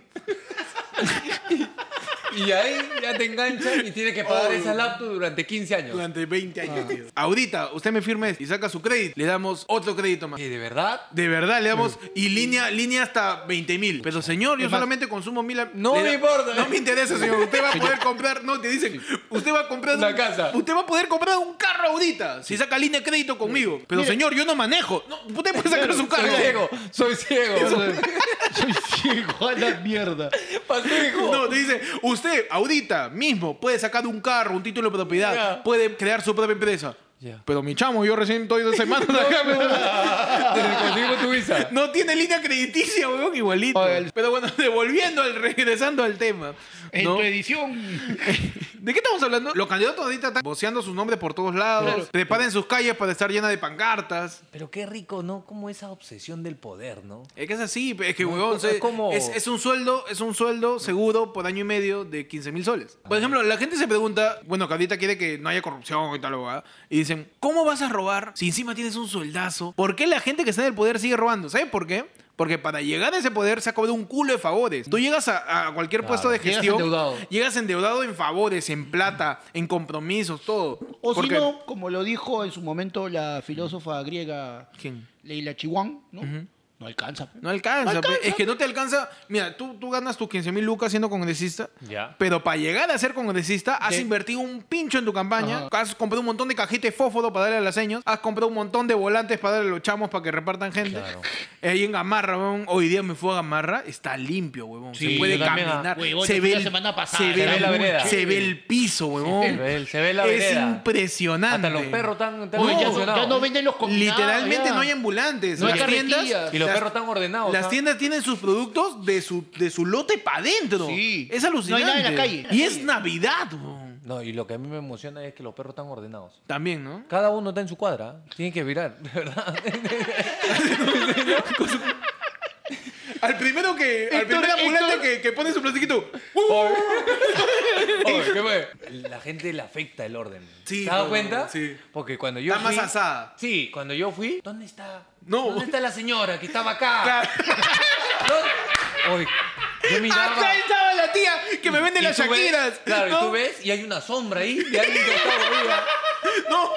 Y ahí ya te enganchan y tienes que pagar Oh. esa laptop durante 15 años. Durante 20 años, tío. Ah. Ahorita, usted me firma esto y saca su crédito. Le damos otro crédito más. Y de verdad. De verdad, le damos. Y línea, línea hasta 20 mil. Pero señor, yo Es más, solamente consumo mil. a- no le me importa. No me interesa, señor. Usted va a poder comprar. No, te dicen. Usted va a comprar. Una un- casa. Usted va a poder comprar un carro ahorita. Si saca línea de crédito conmigo. Pero señor, yo no manejo. No, usted puede sacar su Soy carro. ciego, soy ciego. Soy ciego a la mierda. Pasivo. No, te dice, usted ahorita mismo puede sacar un carro, un título de propiedad, Ya. puede crear su propia empresa. Ya. Pero mi chamo, yo recién estoy dos semanas acá. Te conseguimos tu visa. No tiene línea crediticia, weón, igualito. Oye, el- Pero bueno, devolviendo, al, regresando al tema. En ¿no? tu edición. ¿De qué estamos hablando? Los candidatos ahorita están voceando sus nombres por todos lados. Claro. Preparen sus calles para estar llenas de pancartas. Pero qué rico, ¿no? Como esa obsesión del poder, ¿no? Es que es así, es que, No, weón, es se- como- es, es un sueldo, es un sueldo seguro por año y medio de 15 mil soles. Por ejemplo, la gente se pregunta, bueno, que ahorita quiere que no haya corrupción y tal, abogada, y dicen, ¿cómo vas a robar si encima tienes un sueldazo? ¿Por qué la gente que está en el poder sigue robando? ¿Sabes por qué? Porque para llegar a ese poder se ha cobrado un culo de favores. Tú llegas a, a cualquier Claro. puesto de Llegas gestión, endeudado. llegas endeudado en favores, en plata, en compromisos, todo. O si Porque- no, como lo dijo en su momento la filósofa griega ¿Quién? Leila Chihuán, ¿no? No alcanza. pe. No alcanza, No pe. alcanza. es que no te alcanza. Mira, tú, tú ganas tus 15 mil lucas siendo congresista, Ya. pero para llegar a ser congresista has De- invertido un pincho en tu campaña, Ajá. has comprado un montón de cajitas de fósforo para darle a las señas, has comprado un montón de volantes para darle a los chamos para que repartan gente. Eh, Claro. Ahí en Gamarra, huevón, hoy día me fue a Gamarra, está limpio, huevón. Sí, se puede yo también, caminar. ah, huevón, se yo ve fui la el, semana pasada, se ve se ve la la vereda. Se ve el piso, huevón. Se ve el- se ve la es vereda. impresionante. Hasta los perros están, están Oye, acondicionados. ya no venden los combinados, Literalmente ya. no hay ambulantes. No hay las tiendas, carretillas. Y los las- perros están ordenados. Las ¿ah? tiendas tienen sus productos de su, de su lote para adentro. Sí. Es alucinante. No hay nada en la calle. Y es Navidad, weón. No, y lo que a mí me emociona es que los perros están ordenados. También, ¿no? Cada uno está en su cuadra. ¿ah? Tienen que virar, de verdad. Al primero que. Al Héctor, primer ambulante Héctor. que, que pone su plastiquito. Oye, ¿qué fue? La gente le afecta el orden. Sí, ¿Te has dado no, cuenta? sí. Porque cuando yo Está más fui... asada. Sí, cuando yo fui... ¿Dónde está? No. ¿Dónde está la señora que estaba acá? Claro. ¿Dónde? Oye, yo miraba... Acá estaba la tía que me vende y las tú ves- shakiras. claro, y ¿no? tú ves y hay una sombra ahí y alguien que está arriba. No,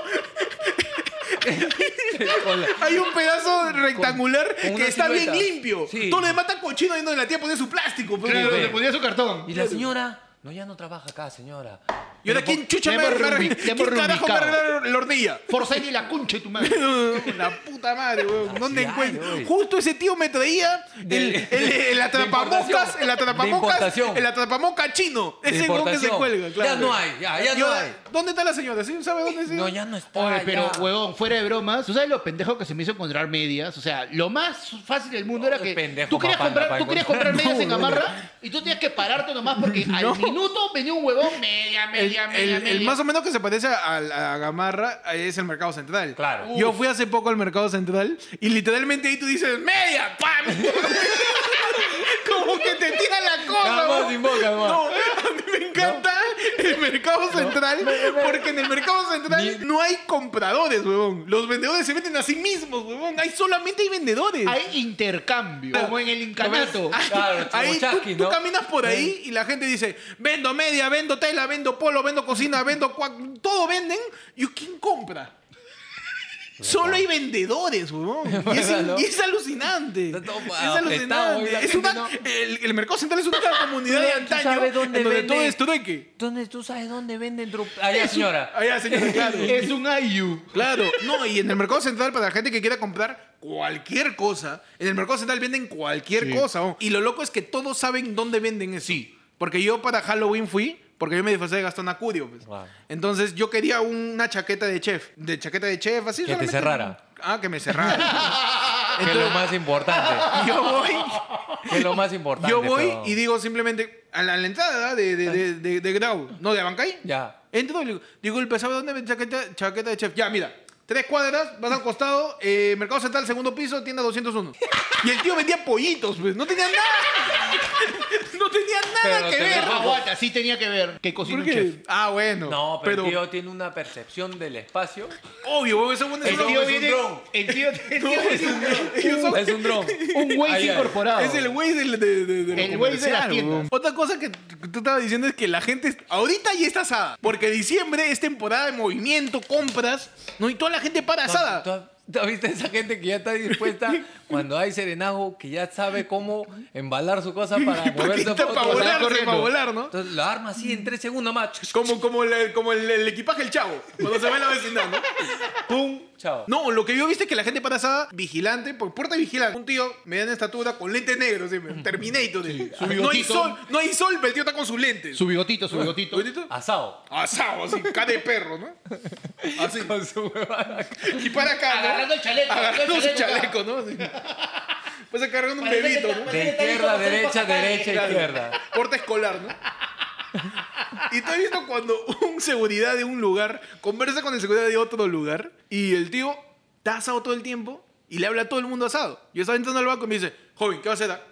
Con la- hay un pedazo rectangular con una que está silueta. bien limpio. Sí. Todo le matan cochino ahí donde la tía pone su plástico. pues. pero- Claro, Sí, le ve. ponía su cartón. Y la señora... No, ya no trabaja acá, señora. Y ahora, ¿quién chucha Ya me va a hemos arreglar? reubi- ya ¿Quién hemos carajo me va a reubicado. arreglar la hornilla? Forsyth y la concha de tu madre. La puta madre, weón. Así ¿Dónde hay, encuentro? oye. Justo ese tío me traía el, De- el, el, el atrapamoscas, importación. el De atrapamoscas, importación. el atrapamoca chino. De Ese weón que se importación. cuelga, claro. Ya no hay, ya, ya Y no ahora, hay. ¿Dónde está la señora? ¿Sí sabe dónde es? No, ya no está. Ah, Oye, pero, ya. huevón, fuera de bromas, ¿tú sabes lo pendejo que se me hizo encontrar medias? O sea, lo más fácil del mundo era Oye, que pendejo, tú querías papá, comprar, papá, tú querías encontrar- comprar medias en No, no, Gamarra y tú tenías que pararte nomás porque al minuto venía un huevón media, El, media, media, el- el media. más o menos que se parece al- a, Gamarra es el Mercado Central. Claro. Yo fui hace poco al Mercado Central y literalmente ahí tú dices, ¡media! ¡Pam! Como que te tira la cosa. Nada más weón. invoca, nomás. No, a mí me encanta el mercado central, porque en el mercado central Ni- no hay compradores, huevón. Los vendedores se venden a sí mismos, huevón. Hay solamente hay vendedores. Hay intercambio, como en el incanato. Ah, Claro, Ahí tú, chamuchaki, tú ¿no? caminas por ahí y la gente dice, vendo media, vendo tela, vendo polo, vendo cocina, vendo cuac, todo venden. ¿Y quién compra? Solo hay vendedores, huevón. Y es, ¿Verdad, no? y es alucinante. Está todo es apretado ahí, la alucinante. Es gente una- no- el, el mercado central es una comunidad de Tú antaño sabes en dónde donde vende- todo es trueque. ¿Dónde, ¿Tú sabes dónde venden drop? Allá, señora. Allá, señora, claro. Es un ayu. Claro, no, y en el mercado central, para la gente que quiera comprar cualquier cosa, en el mercado central venden cualquier cosa. ¿no? Y lo loco es que todos saben dónde venden eso. Sí. Porque yo para Halloween fui, porque yo me disfrazé de Gastón Acudio. pues. Wow. Entonces yo quería una chaqueta de chef. De chaqueta de chef, así. Que te solamente- cerrara. Ah, que me cerrara. Ah, Que es lo más importante. yo voy Que es lo más importante. yo voy pero- y digo simplemente a la, a la entrada de, de, de, de- de Grau, no de Abancay. Ya. Entro y le digo, disculpe, ¿sabe dónde me chaqueta, chaqueta de chef? Ya, mira, tres cuadras, vas al costado, eh, Mercado Central, segundo piso, tienda 201. Y el tío vendía pollitos, pues, no tenía nada. no tenía nada Pero que te ver. dejó- Aguanta, sí tenía que ver que cocina ¿Por un qué? chef. Ah, bueno. No, pero, el tío tiene una percepción del espacio. obvio, ese buen es El un- tío es un viene. dron. El tío, el tío es un dron. Ellos son- Es un dron. Un güey Ahí, ahí. incorporado. Es el güey del, de, de, de lo El güey de comercial, las tiendas. weón. Otra cosa que tú estabas diciendo es que la gente es- ahorita ya está asada. Porque diciembre es temporada de movimiento, compras, ¿no? Y toda la gente para ¿Tú- asada. tú has- ¿Tú has visto esa gente que ya está dispuesta cuando hay serenajo que ya sabe cómo embalar su cosa para moverse por Paquita para otro lado? volar, corriendo. para volar, ¿no? Entonces lo arma así en tres segundos más. Como, como, el, como el, el equipaje el chavo, cuando se va en la vecindad, ¿no? ¡Pum! Chao. No, lo que yo viste es que la gente para asada, vigilante, por puerta de vigilante. Un tío, mediana estatura, con lentes negros, siempre, Terminator. siempre. su no hay bigotito. sol, no hay sol, pero el tío está con sus lentes. Su Ah, bigotito, su bigotito. ¿Bigotito? Asado. Asado, así, cara de perro, ¿no? Así. Con su huevada. Y para acá, ¿no? Agarrando el chaleco, pues, Agarrando el su chaleco, chaleco, ¿no? Así. Pues cargando un Parece que bebito, está- ¿no? De izquierda, a derecha, derecha, izquierda. Porta escolar, ¿no? Y te he visto cuando un seguridad de un lugar conversa con el seguridad de otro lugar y el tío está asado todo el tiempo y le habla a todo el mundo asado. Yo estaba entrando al banco y me dice, joven, ¿qué vas a hacer? ah?"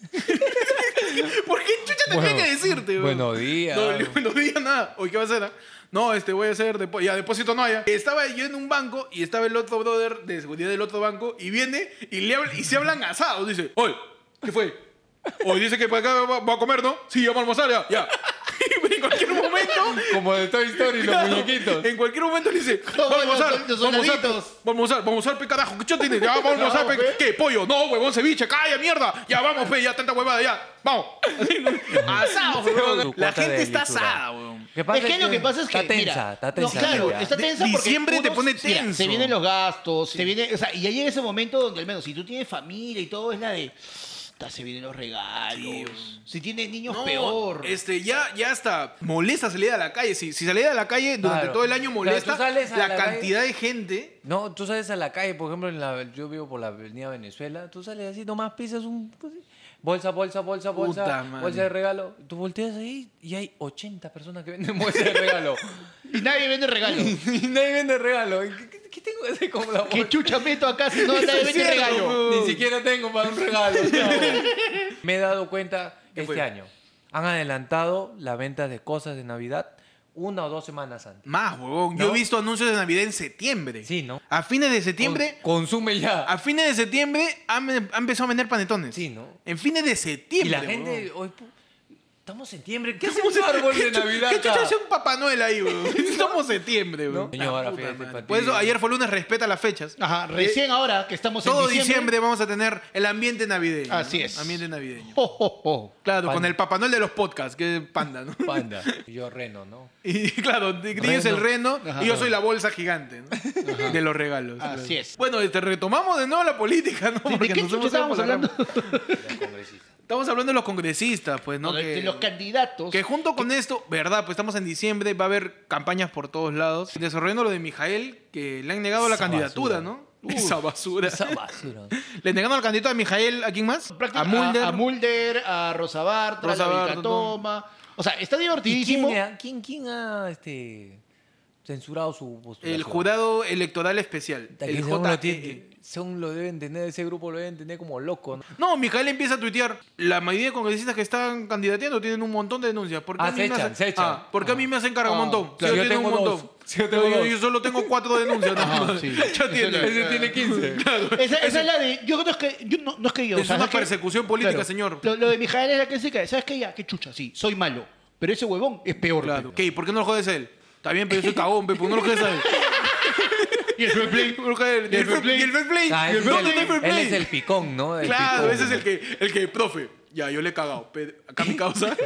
¿Por qué chucha tendría Bueno, que decirte? weón? buenos días. No, le digo, buenos días, nada. Oye, ¿qué vas a hacer? ah?" No, este, voy a hacer depo- ya, depósito no haya. Estaba yo en un banco y estaba el otro brother de seguridad del otro banco y viene y, le habla- y se hablan asados. Dice, oye, ¿qué fue? Hoy dice que para acá va, va a comer, ¿no? Sí, vamos a almorzar, ya. ya. Y en cualquier momento. Como de Toy Story, los muñequitos. En cualquier momento le dice, vamos a almorzar, los- los vamos a almorzar, soldaditos. vamos a almorzar, vamos a almorzar, pe carajo, ¿qué chota tienes? Ya, vamos a almorzar, pe, ¿qué? ¿Pollo? No, huevón, ceviche, calla, mierda, ya vamos, pe, ya tanta huevada, ya, vamos. Asado, Su huevón. La cuota gente de está lisura. asada, huevón. ¿Qué es que lo que pasa es que. Está tensa, mira, está no, tensa. claro, ya. está tensa Di- porque. diciembre te unos- pone mira, tenso. se vienen los gastos, se viene. O sea, y ya llega ese momento donde, al menos, si tú tienes familia y todo, es la de. "Ta, Se vienen los regalos. Si tienes niños, No, peor. Este, ya, ya hasta molesta salir a la calle. Si, si salir a la calle durante Claro. todo el año Claro, molesta tú sales a la, la calle- cantidad de gente. No, tú sales a la calle, por ejemplo, en la, yo vivo por la avenida Venezuela, tú sales así, nomás pisas un... pues Bolsa, bolsa, bolsa, bolsa, Puta madre. bolsa de regalo. Tú volteas ahí y hay 80 personas que venden bolsa de regalo. Y nadie vende regalos. y nadie vende regalo. ¿Qué, qué- qué tengo que hacer con la ¿Qué bolsa? pues. chucha meto acá si no nadie vende cierto, regalo? Ni siquiera tengo para un regalo. chao. Me he dado cuenta ¿Qué este fue? año. Han adelantado la venta de cosas de Navidad una o dos semanas antes. Más, huevón. ¿No? Yo he visto anuncios de Navidad en septiembre. Sí, ¿no? A fines de septiembre. Con- consume ya. A fines de septiembre han, han empezado a vender panetones. Sí, ¿no? En fines de y septiembre. la gente huevón. hoy... pu- Estamos en septiembre. ¿Qué hacemos un árbol de Navidad ¿Qué chucha acá? hace un Papá Noel ahí, weón? Estamos en septiembre, weón. ¿No? Señora, La puta fíjate, madre. para Por ti. eso ayer fue lunes, respeta las fechas. Ajá, recién ahora que estamos Ah, pues en Todo diciembre vamos a tener el ambiente navideño. Así ¿no? es. Ambiente navideño. Ho, ho, ho. Claro, Panda. con el Papá Noel de los podcasts, que es panda, ¿no? Panda. Yo reno, ¿no? Y claro, Grillo es el reno y yo soy la bolsa gigante ¿no? de los regalos. Así Claro. es. Bueno, este, retomamos de nuevo la política, ¿no? ¿De qué chucha nos hemos ido estábamos por la hablando? rama. Estamos hablando de los congresistas, pues, ¿no? No, de, que, de los candidatos. que junto con esto, verdad, pues estamos en diciembre, va a haber campañas por todos lados. Desarrollando lo de Mijael, que le han negado la Esa candidatura, basura. ¿no? esa basura. Esa basura. Le negaron la candidatura a Mijael, ¿a quién más? Práctica- A Mulder. a, Mulder, a Rosa Bartra, Rosa a la Bartra, Vilcatoma. O sea, está ¿Y ¿eh? divertidísimo. ¿Quién, ha- quién, quién ha este, censurado su postulación. El jurado electoral especial. Puta, que El E según, lo JE. tiene- según lo deben tener, ese grupo lo deben tener como loco. ¿no? No, Mijael empieza a tuitear. La mayoría de congresistas que están candidateando tienen un montón de denuncias. ¿Por qué Ah, a mí se me echan, hacen- se echan. Ah, ¿Por qué a mí me hacen cargo un Ah, montón? claro, yo, yo tengo un tengo montón. dos. Yo tengo No, yo, dos. yo solo tengo cuatro denuncias. ¿no? Ah, sí. Ya tiene. Ah, Ese tiene 15. Esa, esa es la de. Yo no es que yo. No, no es que yo. Es o sea, una que- persecución política, señor. Lo, lo de Mijael es la clásica. de, ¿Sabes qué? Ya, qué chucha, sí, soy malo. Pero ese huevón es peor. Claro. Ok, ¿por qué no lo jodes a él? Está bien, pero yo soy cagón, pe, ¿por qué no lo jodes a él? Y el fair play. ¿Por qué no lo jodes a él? ¿Y el fair play? ¿Y el fair play? Ah, ¿Y el ese fair es el- play? ¿Dónde está el fair él es play? el picón, ¿no? El Claro, picón. ese es el que, el que, profe, ya, yo le he cagado. pero Acá mi causa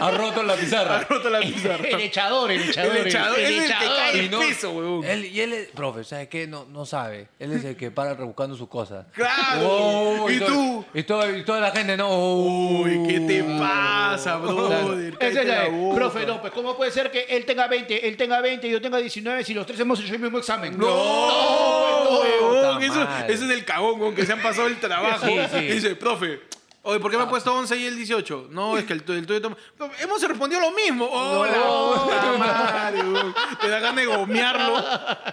Ha roto la ha pizarra. roto la pizarra. El echador, el echador. El echador, es el que cae. Y el piso, huevón. Él, y él es, profe, ¿sabes qué? No, no sabe. Él es el que para rebuscando sus cosas. Claro. Oh, ¿Y todo- tú? Y, todo- y toda la gente, no. oh. Uy, ¿qué te pasa, brother? Esa Cállate es la de, boca. profe López, ¿cómo puede ser que él tenga 20, él tenga 20 y yo tenga 19 si los tres hemos hecho el mismo examen? pues, ¡No, huevón! puta Eso, madre. eso es del cagón, con que se han pasado el trabajo. Sí, sí. Ah. Y dice, profe, oye, ¿por qué me ha puesto 11 y el 18? No, es que el, tu- el tuyo... toma- Pero Hemos respondido lo mismo. ¡Hola! puta madre, huevón! Te da ganas de gomearlo.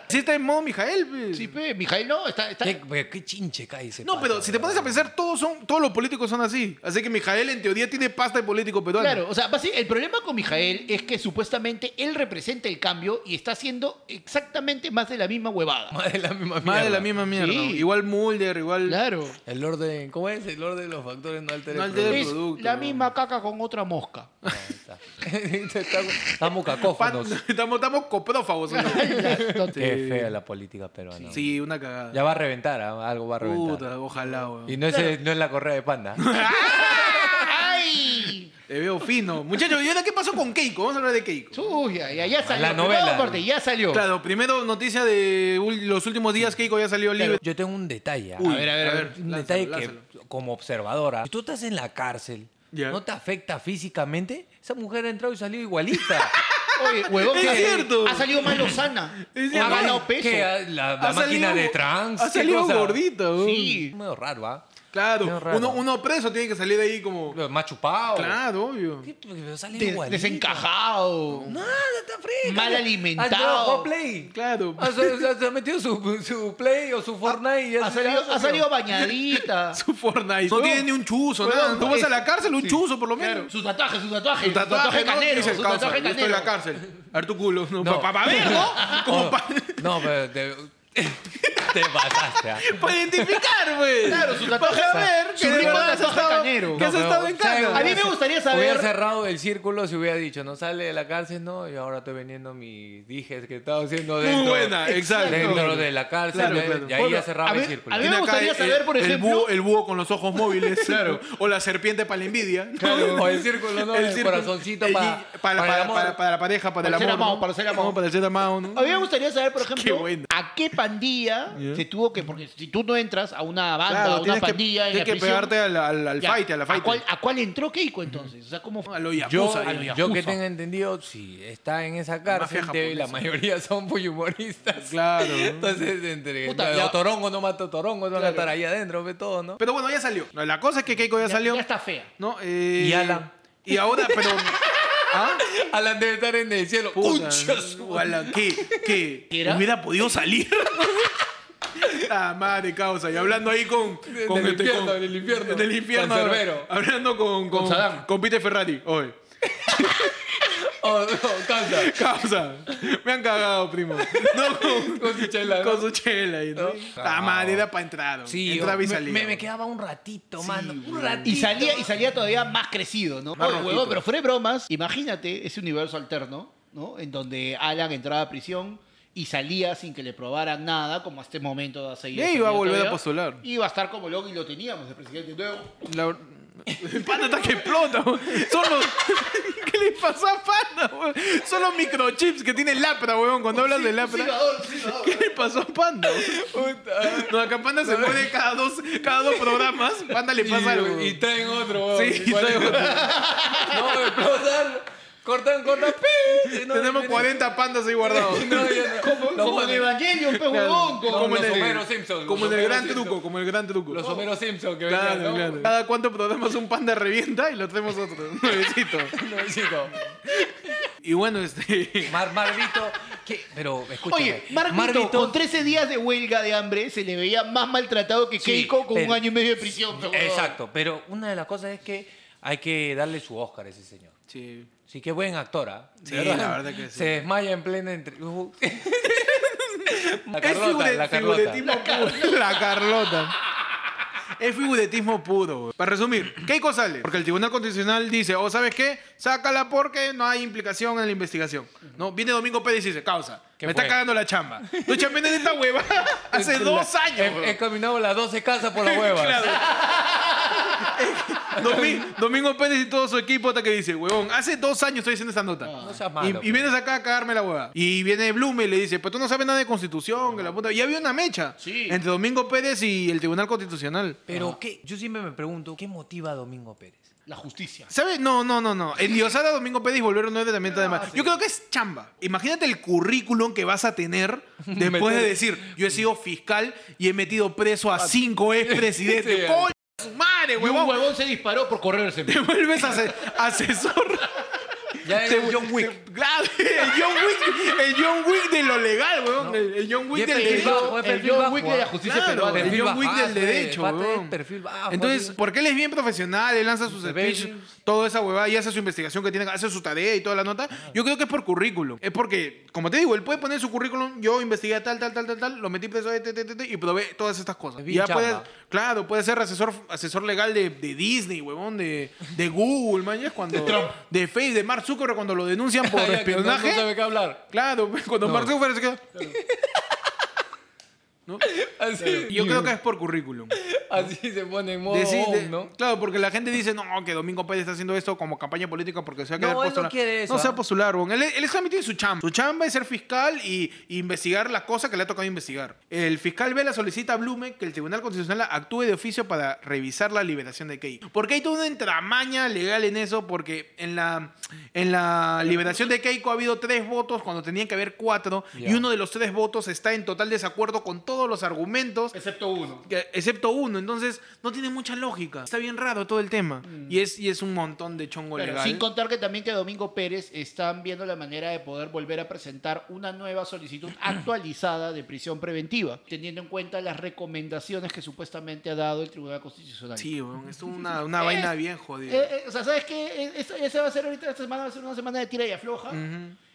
Sí está en modo Mijael, pe. Sí, pe, Mijail no, está... está- ¿Qué, pero qué chinche cae ese No, pata, pero si te pones a weón. pensar, todos, son, todos los políticos son así. Así que Mijael, en teoría, tiene pasta de político peruano. Claro, o sea, basi- el problema con Mijael es que supuestamente él representa el cambio y está haciendo exactamente más de la misma huevada. Más de la misma Más de mierda. la misma mierda. Sí. Igual Mulder, igual... Claro. El orden, ¿cómo es? El orden de los factores no altera No el altera el Es producto. producto, la ¿no? misma caca con otra mosca. Estamos- Estamos Pan- cacófonos. estamos, estamos coprófagos. señor. Qué fea la política peruana. Sí, una cagada. Ya va a reventar, ¿ah? algo va a reventar. Puta, ojalá, weón. Y no es, no es la correa de panda. ¡Ay! Te veo fino. Muchachos, ¿y ahora qué pasó con Keiko? Vamos a hablar de Keiko. Suya, ya, ya salió. La Primero, novela. aparte, ya salió. Claro, primero noticia de ul- los últimos días. Keiko ya salió libre. Yo tengo un detalle. ¿ah? Uy, A ver, a ver, a ver. un Lánzalo, detalle lánzalo. que, como observadora, si tú estás en la cárcel, Ya. ¿no te afecta físicamente? Esa mujer ha entrado y salido igualita. Oye, huevón, Es que cierto. ha salido más lozana. Es ha cierto. ganado peso. ¿Qué? la la Ha máquina salido- de trans. Ha ¿qué salido cosa? gordita, weón. Sí. Medio raro, ¿ah? Claro, Medio raro. uno, uno preso tiene que salir de ahí como. Más chupado. Claro, obvio. ¿Qué? Pero sale De- igualita. desencajado. Nada, está fresca. Mal Ya- alimentado. Ha jugado play. Claro. Ah, se, se- se ha metido su, su play o su Fortnite y ya Ha se- salido, ya ha salido bañadita. Su Fortnite. No Weón. tiene ni un chuzo, Weón, nada. Tú vas es- a la cárcel, un chuzo por lo Claro, menos. Su tatuaje, su tatuaje. Tu tatuaje, ¿no? canero. Dice el su causa, tatuaje yo canero. estoy en la cárcel. A ver tu culo. No, No. Para ver, ¿no? Como Oh, para No, pero te, te pasaste. ah. identificar, güey. Claro, su tatuaje. Para ver su que de rico verdad has tatuaje estado- canero. que has No, pero, estado en ¿sabes? cana. A mí me gustaría saber- Hubiera cerrado el círculo si hubiera dicho, no sale de la cárcel, no, yo ahora estoy vendiendo mis dijes que estaba haciendo dentro. Muy buena, exacto. Dentro de la cárcel, Claro, ya- claro. y ahí Bueno, ya cerraba a el ver, círculo. a ver. me gustaría saber, por ejemplo- El búho, el búho con los ojos móviles. claro. O la serpiente para la envidia. Claro, o el círculo, ¿no? El círculo. corazoncito El- para- para, para el para- amor. para- para la pareja, para, Para el ser amor. amado, ¿no? para ser amado. No, para ser amado, ¿no? A mí me gustaría saber, por Qué ejemplo, buena. a qué pandilla se tuvo que. Porque si tú no entras a una banda, a una tienes que, pandilla. en tienes la que prisión, pegarte al, al, al ya, fight, a la fight. cuál, ¿A cuál entró Keiko entonces? O sea, ¿cómo fue? A lo Yo, yakuza, ya. lo yo que Yakuza. tenga entendido, si está en esa mafia cárcel, te- la japonesa. mayoría son muy humoristas. Claro. Entonces, entre Puta, o ya- Torongo no mató Torongo, no van a Claro. estar ahí adentro, ve todo, ¿no? Pero bueno, ya salió. La cosa es que Keiko ya, Ya- salió. Ya está fea. ¿no? Eh, Y Alan. Y ahora, pero. ¿Ah? Alan debe estar en el cielo. Puta, ¡Concha su- ala, ¿qué? ¿Qué? ¿Qué era? ¿Hubiera podido salir? Ah, madre causa. Y hablando ahí con. con del infierno, del infierno. Del infierno. Con Cerbero. Hablando con. Con, Con Saddam. con Peter Ferrari. Oye. Oh, no, canta. Causa. Me han cagado, primo. No con. Con su chela, ¿no? con su chela ahí, ¿no? No. Ah, madre, era para entrar. Sí, Entraba y me- salía. Me, me quedaba un ratito, mano. Un ratito. Y salía, y salía todavía más crecido, ¿no? Más Oye, rojito. huevón, pero fuera de bromas, imagínate ese universo alterno, ¿no? En donde Alan entraba a prisión y salía sin que le probaran nada, como hasta este momento hace Ya iba a volver a postular. Iba a estar como loco y lo teníamos, el presidente nuevo. La... El panda está que explota, weón. Son los... ¿Qué le pasó a panda, weón? Son los microchips que tiene Lapra, weón. Cuando hablas de Lapra. ¿Qué le pasó a panda? weón? Puta. No, acá panda se muere cada dos, cada dos programas. Panda le pasa algo. Y, y traen otro, weón. Sí, y Igual- traen otro. No, me explotan. Cortan, cortan, pi. Y no, Tenemos y- 40 pandas ahí guardados. No, ya no. Los Como en ponen- Evangelion, pe huevón. no, como los en el- Homero Simpson. Como los en el Homero gran Simpson. truco, como el gran truco. Los Homero Simpson que Claro, venían, ¿no? claro. Cada cuánto programas un pan de revienta y lo tenemos otro. Nuevecito. No, chico. Y bueno, este. Mar, Marvito, ¿qué? pero escúchame. Oye, Marvito, con 13 días de huelga de hambre se le veía más maltratado que Sí, Keiko con pero- un año y medio de prisión. pe huevón. Exacto, pero una de las cosas es que hay que darle su Oscar a ese señor. Sí. Sí, qué buen actor, ¿ah? De Sí, la verdad que sí. Se desmaya en plena entre... Uh. la Es Carlota, figure- la Carlota. figuretismo puro. La Carlota. Es figuretismo puro. güey. Para resumir, Keiko sale. Porque el Tribunal Constitucional dice, oh, ¿sabes qué? Sácala porque no hay implicación en la investigación. No, viene Domingo Pérez y dice, causa, ¿Qué me fue? está cagando la chamba. Tú chambeaste en esta hueva hace dos años. He, güey. he caminado las 12 casas por las huevas. Claro. Domi- Domingo Pérez y todo su equipo hasta que dice, huevón, hace dos años estoy haciendo esta nota. No seas malo, y, y pues. vienes acá a cagarme la hueva. Y viene Blume y le dice, pues tú no sabes nada de constitución, que la puta. Y había una mecha Sí. entre Domingo Pérez y el Tribunal Constitucional. Pero ¿qué? yo siempre me pregunto, ¿qué motiva a Domingo Pérez? La justicia. ¿Sabes? No, no, no, no. Endiosar a Domingo Pérez y volver a nueve también está de más. Yo creo que es chamba. Imagínate el currículum que vas a tener después de decir, yo he sido fiscal y he metido preso a cinco expresidentes. Sí. eh. ¡Coño, su madre, Y un huevón! huevón se disparó por correrse. pe. Te vuelves ase- asesor. Ya es Te- John Wick. te- Este claro, el John Wick. El John Wick de lo legal, weón. El, el John Wick Y este es del perfil derecho. bajo, es El perfil John bajo, Wick ¿ah? de la justicia Claro, peruana. el John Wick del bajazo, derecho, pata de weón. perfil bajo, Entonces, así. porque él es bien profesional, él lanza sus Se ve speech, bien. toda esa huevada y hace su investigación que tiene, hace su tarea y toda la nota. Yo creo que es por currículum. Es porque, como te digo, él puede poner su currículum, yo investigué tal, tal, tal, tal, tal, lo metí preso de te, te, te, te, y probé todas estas cosas. Es Y bien ya puede, chamba. claro, puede ser asesor, asesor legal de, de Disney, huevón, de, de Google, man, ya es cuando de Facebook, de Mark Zuckerberg cuando lo denuncian por Ah, ya, que no- espionaje. No sabe qué hablar. Claro, cuando Mark Zuckerberg se queda. ¿No? Así, Yo creo que es por currículum. así se pone en modo Decir- de- on, Oh, ¿no? Claro, porque la gente dice, no, que Domingo Pérez está haciendo esto como campaña política porque se va a No, quedar él no postular. quiere eso, No se va ¿ah? a postular, weón. Él, él está metido en su chamba. Su chamba es ser fiscal y, y investigar las cosas que le ha tocado investigar. El fiscal Vela solicita a Blume que el Tribunal Constitucional actúe de oficio para revisar la liberación de Keiko. Porque hay toda una entramaña legal en eso, porque en la, en la liberación de Keiko ha habido tres votos cuando tenían que haber cuatro, y Ya. uno de los tres votos está en total desacuerdo con todos los argumentos Excepto uno. que- excepto uno, entonces no tiene mucha lógica. Está bien raro todo el tema. Mm. Y, es, y es un montón de chongo Claro, legal. sin contar que también que Domingo Pérez están viendo la manera de poder volver a presentar una nueva solicitud actualizada de prisión preventiva, teniendo en cuenta las recomendaciones que supuestamente ha dado el Tribunal Constitucional. Sí, weón, es una, una vaina bien jodida. Eh, eh, o sea, ¿sabes qué? Eh, Esa esa va a ser ahorita, esta semana va a ser una semana de tira y afloja.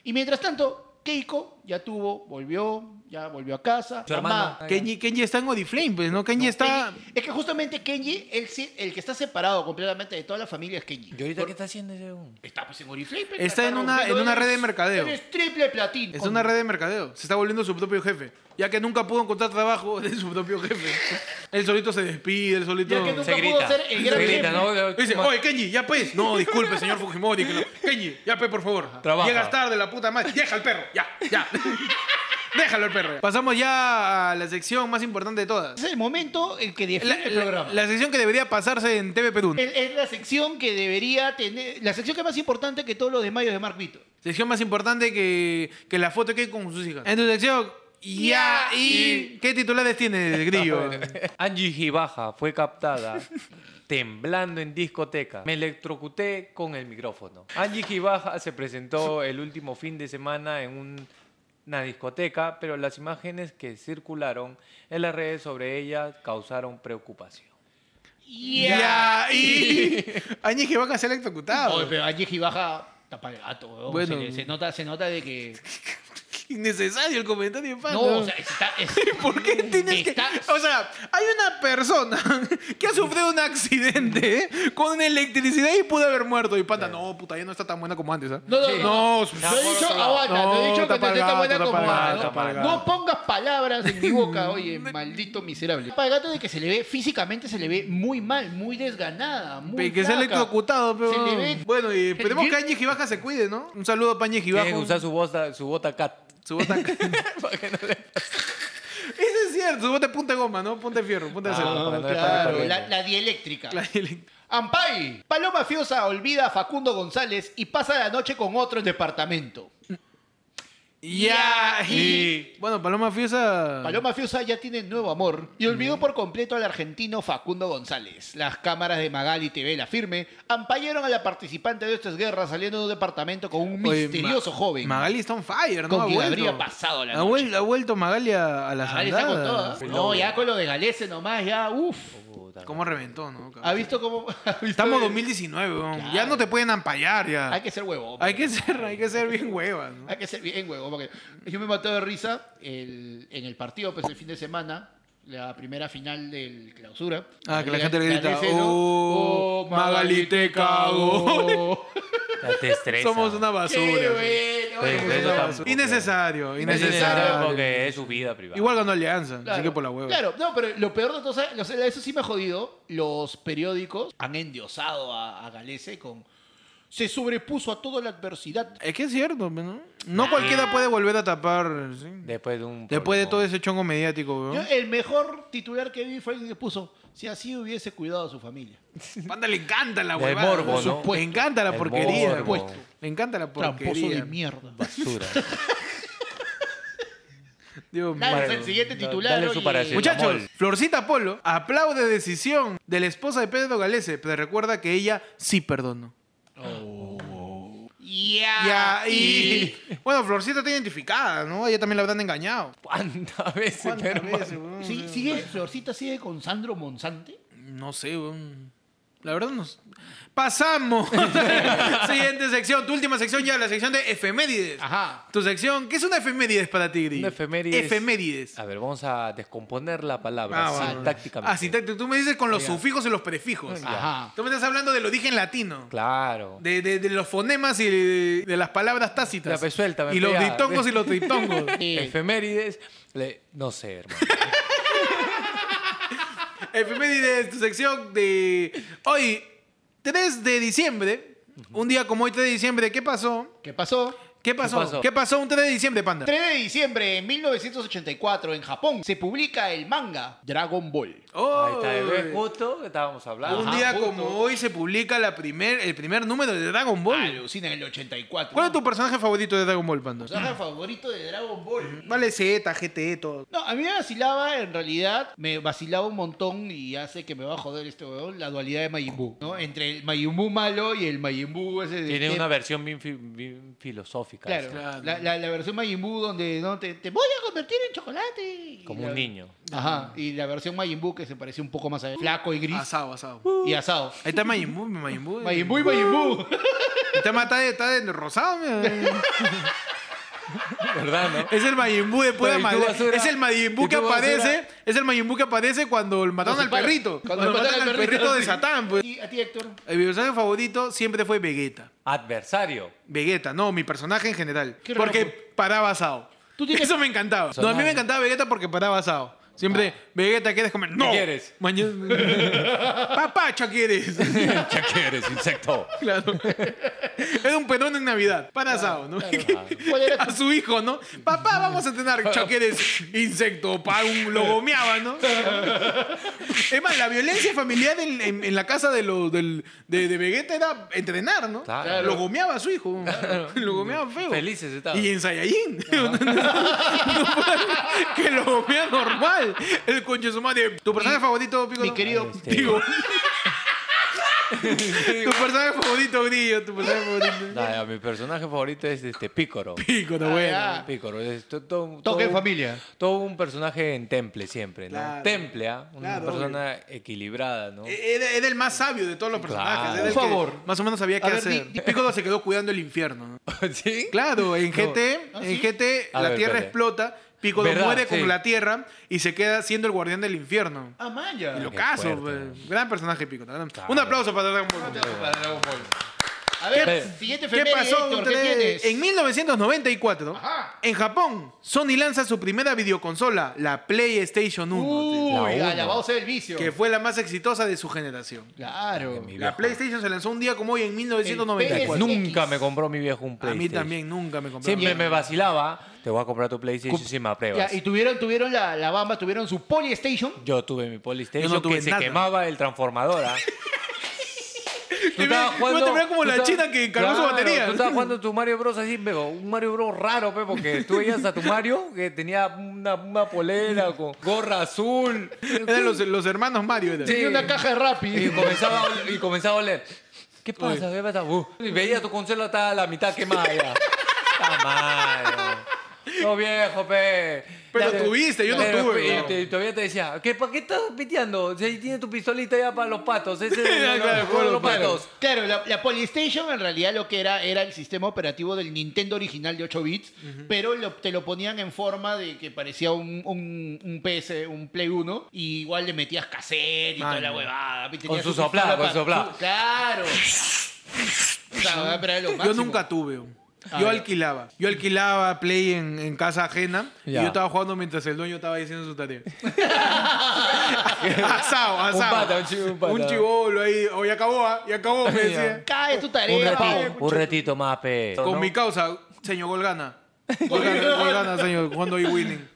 Y mientras tanto, Keiko ya tuvo, volvió, ya volvió a casa. Su Mamá, hermano. Kenji, Kenji está en Odiflame, pues, ¿no? Kenji está... eh, Kenji- es que justamente Kenji, el, el que está separado completamente de toda la familia es Kenji. ¿Y ahorita Por- qué está haciendo ese un? Está pues en Oriflame. Está en una- en una red de mercadeo. Es triple platino. Es una red de mercadeo. Se está volviendo su propio jefe. Ya que nunca pudo encontrar trabajo de su propio jefe. él solito se despide, él solito... Ya que nunca Se pudo grita. ser el gran se grita, jefe. ¿no? Dice, oye, Kenji, ya pues. No, disculpe, señor Fujimori. que no. Kenji, ya pues, por favor. Trabaja. Llegas tarde, la puta madre. Deja al perro, ya, ya. Déjalo al perro. ya. Pasamos ya a la sección más importante de todas. Es el momento en que define La, el la- programa. la sección que debería pasarse en TV Perú. Es- es la sección que debería tener. La sección que es más importante que todos los desmayos de Mark Vito. Sección más importante que, que la foto que hay con sus hijas. En tu sección, ya. Ya, ¿Y y- qué titulares tiene, Grillo? Angie Gibaja fue captada temblando en discoteca. Me electrocuté con el micrófono. Angie Gibaja se presentó el último fin de semana en un- una discoteca, pero las imágenes que circularon en las redes sobre ella causaron preocupación. Ya. ¿Y? Añi que van a ser Oye, electrocutados. pero allí baja tapa de gato, weón. Bueno. Se, le- se nota, se nota de que. Innecesario el comentario, pan. No, o sea, está. es- ¿Por qué tienes que.? Está- O sea, hay una persona que ha sufrido un accidente ¿eh? con electricidad y pudo haber muerto. Y pata, no, puta, ya no está tan buena como antes. ¿ah? No, no, No, no. No he dicho, aguanta, no, he No, dicho que tapa no el está gato, buena tapa como el va, gato, tapa ¿no? el No, gato. pongas palabras en mi boca, oye, maldito miserable. Tapa el gato de que se le ve físicamente, se le ve muy mal, muy desganada, muy. Pe- que se ha flaca. electrocutado, pero. Se le ve- Bueno, y esperemos Yo- que Añez Gibaja se cuide, ¿no? Un saludo para Añez Tiene que Gibaja. usar su bota, su bota cat. Su bota. Eso es cierto, su bota de punta de goma, ¿no? Punta de fierro, punta de Ah, acero. para No, no estar claro, corriendo. la, la dieléctrica. La- Ampay. Paloma Fiosa olvida a Facundo González y pasa la noche con otro en departamento. Ya. y- Bueno, Paloma Fiesa. Paloma Fiosa ya tiene nuevo amor y olvidó por completo al argentino Facundo González. Las cámaras de Magali TV La Firme ampallaron a la participante de estas guerras saliendo de un departamento con un Oye, misterioso Ma- joven. Magali está on fire, ¿no? Con Ha quien vuelto. habría pasado la ha, noche. vuel- ha vuelto Magali a, a las Magali está con todo, andadas. ¿eh? No, ya con lo de Galese nomás, ya, uff. ¿Cómo reventó, no? cabrón? ¿Ha visto cómo? ha visto Estamos en el- 2019, weón. pues, Claro. Ya no te pueden ampallar, ya. Hay que ser huevón. Hay que ser, hay que ser bien hueva, ¿no? Hay que ser bien, huevo, porque yo me maté de risa el- en el partido, pues el fin de semana, la primera final del clausura. Ah, que la gente le Galese, grita, ¿no? "Oh, Magali, te cago". Ya te estresa. Somos una ¡Qué basura. weón. bueno! Sí, Somos eso una tampoco, basura. Innecesario, No es necesario innecesario. porque es su vida privada. Igual ganó Alianza, Claro, así que por la hueva. Claro, no, pero lo peor de todo, ¿sabes? O sea, eso sí me ha jodido. Los periódicos han endiosado a, a Galese con. Se sobrepuso a toda la adversidad. Es que es cierto, pues, ¿no? No Ah. cualquiera puede volver a tapar, ¿sí? Después de un. Después de problemón. todo ese chongo mediático, Yo, eh, weón. el mejor titular que vi fue el que puso: si así hubiese cuidado a su familia. Panda le encanta la El hueva. morbo, ¿no? Le encanta la El porquería. morbo. pues. Le encanta la Tramposo de porquería. mierda. Basura. Dios mío. Dale, el siguiente Da- titular. dale su oye. paracetamol. Muchachos, Amol. Florcita Polo aplaude decisión de la esposa de Pedro Galese, pero recuerda que ella sí perdonó. Ya, Ah, Ya, y... Bueno, Florcita está identificada, ¿no? A Ella también la habrán engañado. ¿Cuántas veces, ¿Cuántas pero, veces, hermano? weón? Sí, sigue, Florcita sigue con Sandro Monsante. No sé, weón. La verdad nos... ¡Pasamos! Siguiente sección, tu última sección ya, la sección de efemérides. Ajá. Tu sección, ¿qué es una efemérides para ti, Gris? Una Ah, efeméride es- Efemérides. A ver, vamos a descomponer la palabra Ah, bueno. sintácticamente. Ah, sintácticamente. Tú me dices con los sufijos y los prefijos. Ajá. Tú me estás hablando de lo dije en latino. Claro. De, de- de los fonemas y de, de las palabras tácitas. Ya, pues, suéltame, y los pues, ya. diptongos y los diptongos. Eh, Efemérides. le- No sé, hermano. Efemérides, tu sección de hoy, 3 de diciembre. Un día como hoy, 3 de diciembre, ¿qué pasó? ¿Qué pasó? ¿Qué pasó? ¿Qué pasó, pasó? un 3 de diciembre, panda? 3 de diciembre de 1984 en Japón se publica el manga Dragon Ball. Oh, Ahí está, ¿ves? Justo que estábamos hablando. un Ajá, día justo. como hoy se publica la primer, el primer número de Dragon Ball. Alucina en el 84. ¿Cuál es tu personaje favorito de Dragon Ball, panda? personaje favorito de Dragon Ball? Vale Z, GTE, todo. No, a mí me vacilaba, en realidad, me vacilaba un montón y hace que me va a joder este weón, la dualidad de Majin Buu, ¿no? Entre el Majin Buu malo y el Majin Buu ese de... Tiene una versión. versión bien, fi- bien filosófica. Claro, esa. Claro. La, la- la versión Majin Buu donde no te, te voy a convertir en chocolate. Y Como la- un niño. Ajá, y la versión Majin Buu que se parece un poco más a flaco y gris Asado, asado. y asado. Ahí está Majin Buu, Majin Buu. Majin Buu y Majin Buu. Está más- está de, está de rosado, mira. ¿Verdad, no? Es el Majin Buu después de Pero, ¿y tú, Madre- basura? Es el Majin Buu ¿Y que tú, basura? aparece. Es el Majin Buu que aparece cuando el mataron Cuando se al para. perrito. Cuando Cuando, el mataron al perrito de sí. Satán, pues. ¿Y a ti, Héctor? El personaje favorito siempre fue Vegeta. Adversario. Vegeta, no, mi personaje en general. Qué raro, porque pues. paraba asado. Tú tienes- Eso me encantaba. No, a mí me encantaba Vegeta porque paraba asado. Siempre, Vegeta, ¿quieres comer? ¡No! quieres? Mañana- Papacha, ¿quieres? ¿Qué eres, insecto? Claro. Era un perón en Navidad. Para asado, ¿no? ¿Cuál era A tu- su hijo, ¿no? Papá, vamos a entrenar choqueres, insecto, pa, un lo gomeaba, ¿no? Es más, la violencia familiar en, en- en la casa de, los del, de, de Vegeta era entrenar, ¿no? Claro. Lo gomeaba a su hijo. Lo gomeaba feo. Felices estaban. Y en Saiyajin. No puede- que lo gomea normal. El conche de su madre. ¿Tu personaje favorito, Pico? Mi querido... Este, Digo. tu personaje favorito, Grillo. Tu personaje favorito. nada, mi personaje favorito es este Pícoro. Pico, no, Ah, bueno. ya. Pícoro. Es to- todo, un- Toque todo un- familia. Todo un personaje en temple siempre, ¿no? Claro. Temple, ¿ah? Una Claro, Eh, persona equilibrada, ¿no? Era, era el más sabio de todos los personajes. Claro. Era el Un que favor. Más o menos sabía qué ver, hacer. di- di- Piccolo se quedó cuidando el infierno. ¿no? ¿Sí? Claro, en No. GT, ¿Ah, en sí? GT A la ver, espérate. tierra explota, Piccolo ¿Verdad? muere con Sí. la tierra y se queda siendo el guardián del infierno. Ah, Maya. Y lo Qué caso, fuerte. pues. gran personaje Piccolo. gran- Claro. Un aplauso para Dragon Ball. A ver, ¿Qué- siguiente ¿Qué efeméride, pasó? Héctor, un ¿qué tres- tienes? En 1994, Ajá. en Japón, Sony lanza su primera videoconsola, la PlayStation 1, Uy, La alabado sea el vicio. que fue la más exitosa de su generación. Claro. Mi La viejo. PlayStation se lanzó un día como hoy en El 1994. PS. Nunca me compró mi viejo un A PlayStation. mí también nunca me compré. Siempre me vacilaba. Te voy a comprar tu PlayStation Cum- si me Ya, apruebas. y tuvieron, tuvieron la, la bamba, tuvieron su Polystation. Yo tuve mi PlayStation Yo no tuve que se nada. quemaba el transformador. ¿ah? Tú estabas voy a jugando- terminar como tú la estabas- china que cargó su Claro, batería. Tú estabas jugando tu Mario Bros así, pero un Mario Bros raro, pe, porque tú veías a tu Mario que tenía una, una polera con gorra azul. Eran los, los hermanos Mario. era. Sí. Tenía una caja Y de Rappi. comenzaba, y comenzaba a oler. ¿Qué pasa? ¿Qué pasa? Uh, y veía tu consuelo estaba a la mitad quemada ya. Está mal. No viejo, pe. Pero Ya, tuviste, yo no pero, tuve, pe, no. Y, te- y todavía te decía, ¿qué, ¿para qué estás piteando? Si ahí tienes tu pistolita ya para los patos. Ese es Ya, el- claro, los, juego de los los patos. Claro, la, la Polystation en realidad lo que era era el sistema operativo del Nintendo original de 8 bits, pero lo- te lo ponían en forma de que parecía un, un, un PS, un Play 1, y igual le metías cassette y toda Ay, la no. huevada. y tenías su pistola soplado, con pa- su soplado. Claro. O sea, pero era lo Yo máximo. nunca tuve. un. Ah, Yo ya. alquilaba. Yo alquilaba Play en, en casa ajena Ya. y yo estaba jugando mientras el dueño estaba haciendo su tarea. asado, asado. pata, un chivo, un pata. chivolo ahí. O ya acabó, ah, ya acabó, me decía. Cae tu Un tarea. ratito, un ratito más, pe. Con ¿No? mi causa, señor Golgana. Golgana, Golgana, señor. Cuando hay winning.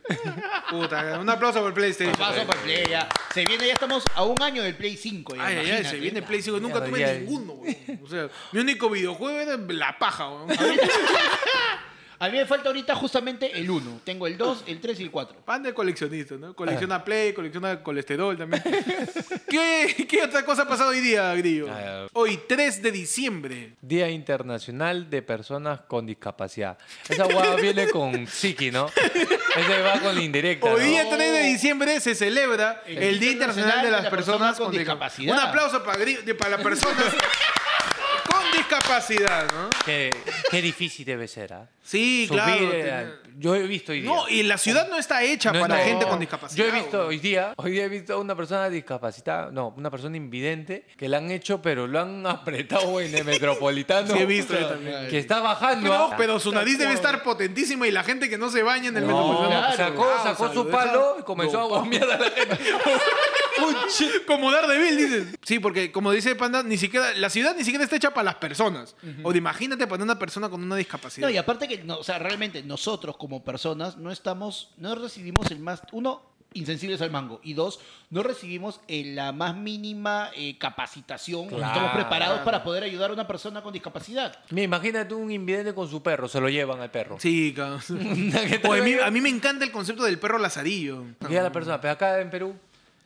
Puta, un aplauso por PlayStation. Paso para Play ya. Se viene, ya estamos a un año del Play 5. Ya, Ay, ay, ay, imagínate. se viene Play 5. Nunca Mierda, tuve ya- ninguno, weón. O sea, mi único videojuego era la paja, weón. A mí me falta ahorita justamente el 1. Tengo el 2, el 3 y el 4. Pan de coleccionista, ¿no? Colecciona Play, colecciona colesterol también. ¿Qué, qué otra cosa ha pasado hoy día, Grillo? Ah, Hoy, 3 de diciembre. Día Internacional de Personas con Discapacidad. Esa guada viene con psiqui, ¿no? Esa va con la indirecta. Hoy ¿no? día 3 de diciembre se celebra el, Día Internacional de las Personas con Discapacidad. Un aplauso para, Grillo- de- para las personas con discapacidad, ¿no? Qué, qué difícil debe ser, ¿ah? Sí, Subir, claro. eh, tener- Yo he visto hoy día. No, y la ciudad no está hecha No, para no. gente con discapacidad. Yo he visto weón. hoy día, hoy día he visto a una persona discapacitada, no, una persona invidente que la han hecho, pero lo han apretado en el metropolitano. Sí, he visto yo también. Que está bajando. Pero, ¿ah? pero su nariz debe estar potentísima y la gente que no se baña en el No, metropolitano. sacó, Ah, o sacó sea, su lo palo deja- y comenzó No. a gomear a la gente. Como Daredevil, dices. Sí, porque como dice Panda, ni siquiera la ciudad ni siquiera está hecha para las personas. O de imagínate para una persona con una discapacidad. No, y aparte que, no, o sea, realmente nosotros como personas no estamos, no recibimos el más, uno, insensibles al mango, y dos, no recibimos eh, la más mínima eh, capacitación, o no estamos Claro. preparados para poder ayudar a una persona con discapacidad. Me imagínate un invidente con su perro, se lo llevan al perro. Sí, cabrón. ¿Qué tal? O a, mí, a mí me encanta el concepto del perro lazarillo. Llega la persona, pero acá en Perú.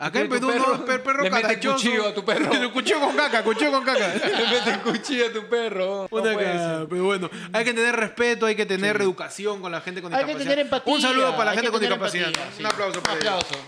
Acá en tu Perú no, per- perro le mete cacachoso. cuchillo a tu perro. Le cuchillo con caca, cuchillo con caca. le mete cuchillo a tu perro. No Puta puede que- ser. pero bueno, hay que tener respeto, hay que tener educación con la gente con Hay que discapacidad. tener empatía. Un saludo para la hay gente que con tener discapacidad. empatía, sí. Un aplauso para Un ellos. aplauso.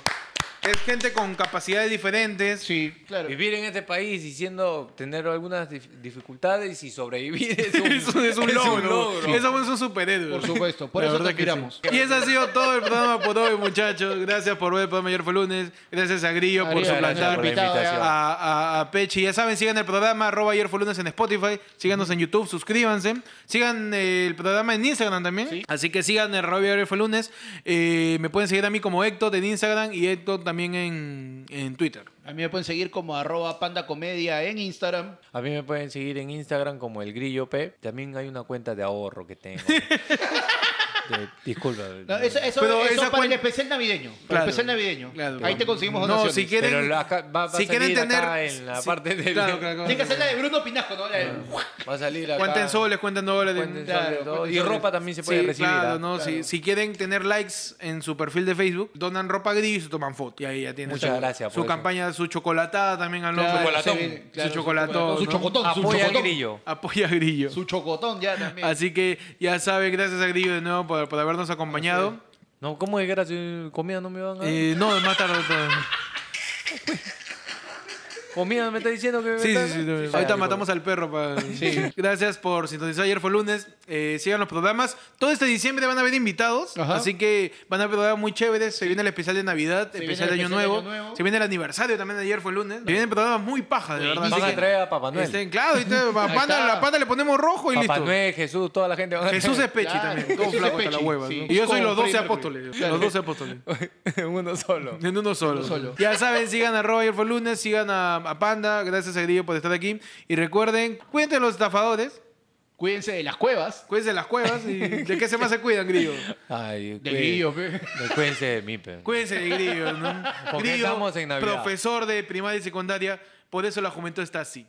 Es gente con capacidades diferentes. Sí, claro. Vivir en este país y siendo, tener algunas dif- dificultades y sobrevivir es un, Eso es un es logro. un logro. Eso es un superhéroe. Por supuesto, por eso te verdad que admiramos. sí. Y ese ha sido todo el programa por hoy, muchachos. Gracias por ver el programa ayer fue lunes. Gracias a Grillo por Gracias, suplantar. por la invitación. A, a, a Pechi, ya saben, sigan el programa arroba ayer fue lunes en Spotify, síganos en YouTube, suscríbanse, sigan eh, el programa en Instagram también, así que sigan el arroba ayer fue lunes, Eh, me pueden seguir a mí como Héctor en Instagram y Héctor también en, en Twitter. A mí me pueden seguir como arroba panda comedia en Instagram. A mí me pueden seguir en Instagram como el grillo P. También hay una cuenta de ahorro que tengo. De- disculpa. No, eso eso, Pero eso esa para el cuenta- especial navideño. Para Claro. el especial navideño. Claro. Ahí te conseguimos No, donaciones. si quieres- Pero la ca- va, va si a quieren salir acá tener- en la sí, parte de... claro, claro, claro. Tienes que hacer la de Bruno Pinasco, ¿no? La de- Va a salir acá. Cuenten soles, cuenten dólares. Cuenten Claro, soles, todo. cuenten Y soles. ropa también se puede Sí, recibir. claro, ¿ah? no, Si, si quieren tener likes en su perfil de Facebook, donan ropa gris y toman foto. Y ahí ya tienen Muchas su, gracias su por eso. campaña, su chocolatada también al Claro, hombre. chocolatón. se viene, claro, Su chocolatón, Su ¿no? chocotón. su Apoya al chocotón. grillo. Apoya a Grillo. Su chocotón ya también. Así que ya saben, gracias a Grillo de nuevo por, por habernos acompañado. No, ¿cómo es que era si comida no me van a dar? Eh, no, más tarde. más tarde. Comida me está diciendo que me Sí, sí, metan? sí. no, Ah, Ahorita disculpa. matamos al perro. pa. Gracias por sintonizar. Ayer fue lunes. Eh, sigan los programas. Todo este diciembre van a haber invitados. Ajá. Así que van a haber programas muy chéveres. Se viene el especial de Navidad, el viene especial de el Año especial de Nuevo. Año Nuevo. Se viene el aniversario también de ayer fue lunes. Se vienen programas muy paja, de verdad. Van Así a que traer a Papá Noel. estén- claro, y te- a Panda- está. a la pata le ponemos rojo y Papá listo. Noel, Jesús, toda la gente. van a Jesús es Pechi Claro, también. Todo Jesús es flaco hasta la Pechi, hueva. sí. ¿no? Y yo soy Como los 12 Freddie apóstoles. Los 12 apóstoles. Uno solo. En uno solo. solo. Ya saben, sigan a Roger por lunes, sigan a, a Panda. Gracias a Grillo por estar aquí. Y recuerden, cuídense de los estafadores, Cuídense de las cuevas. cuídense de las cuevas. y ¿De qué se más se cuidan, Grillo? Ay, Del cuí- grillo, pe. Cuídense de mí, pe. Cuídense de Grillo, ¿no? Porque Grillo, estamos en Navidad. profesor de primaria y secundaria. Por eso la juventud está así.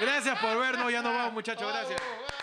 Gracias por vernos. Ya nos vamos, muchachos. Gracias. ¡Bravo!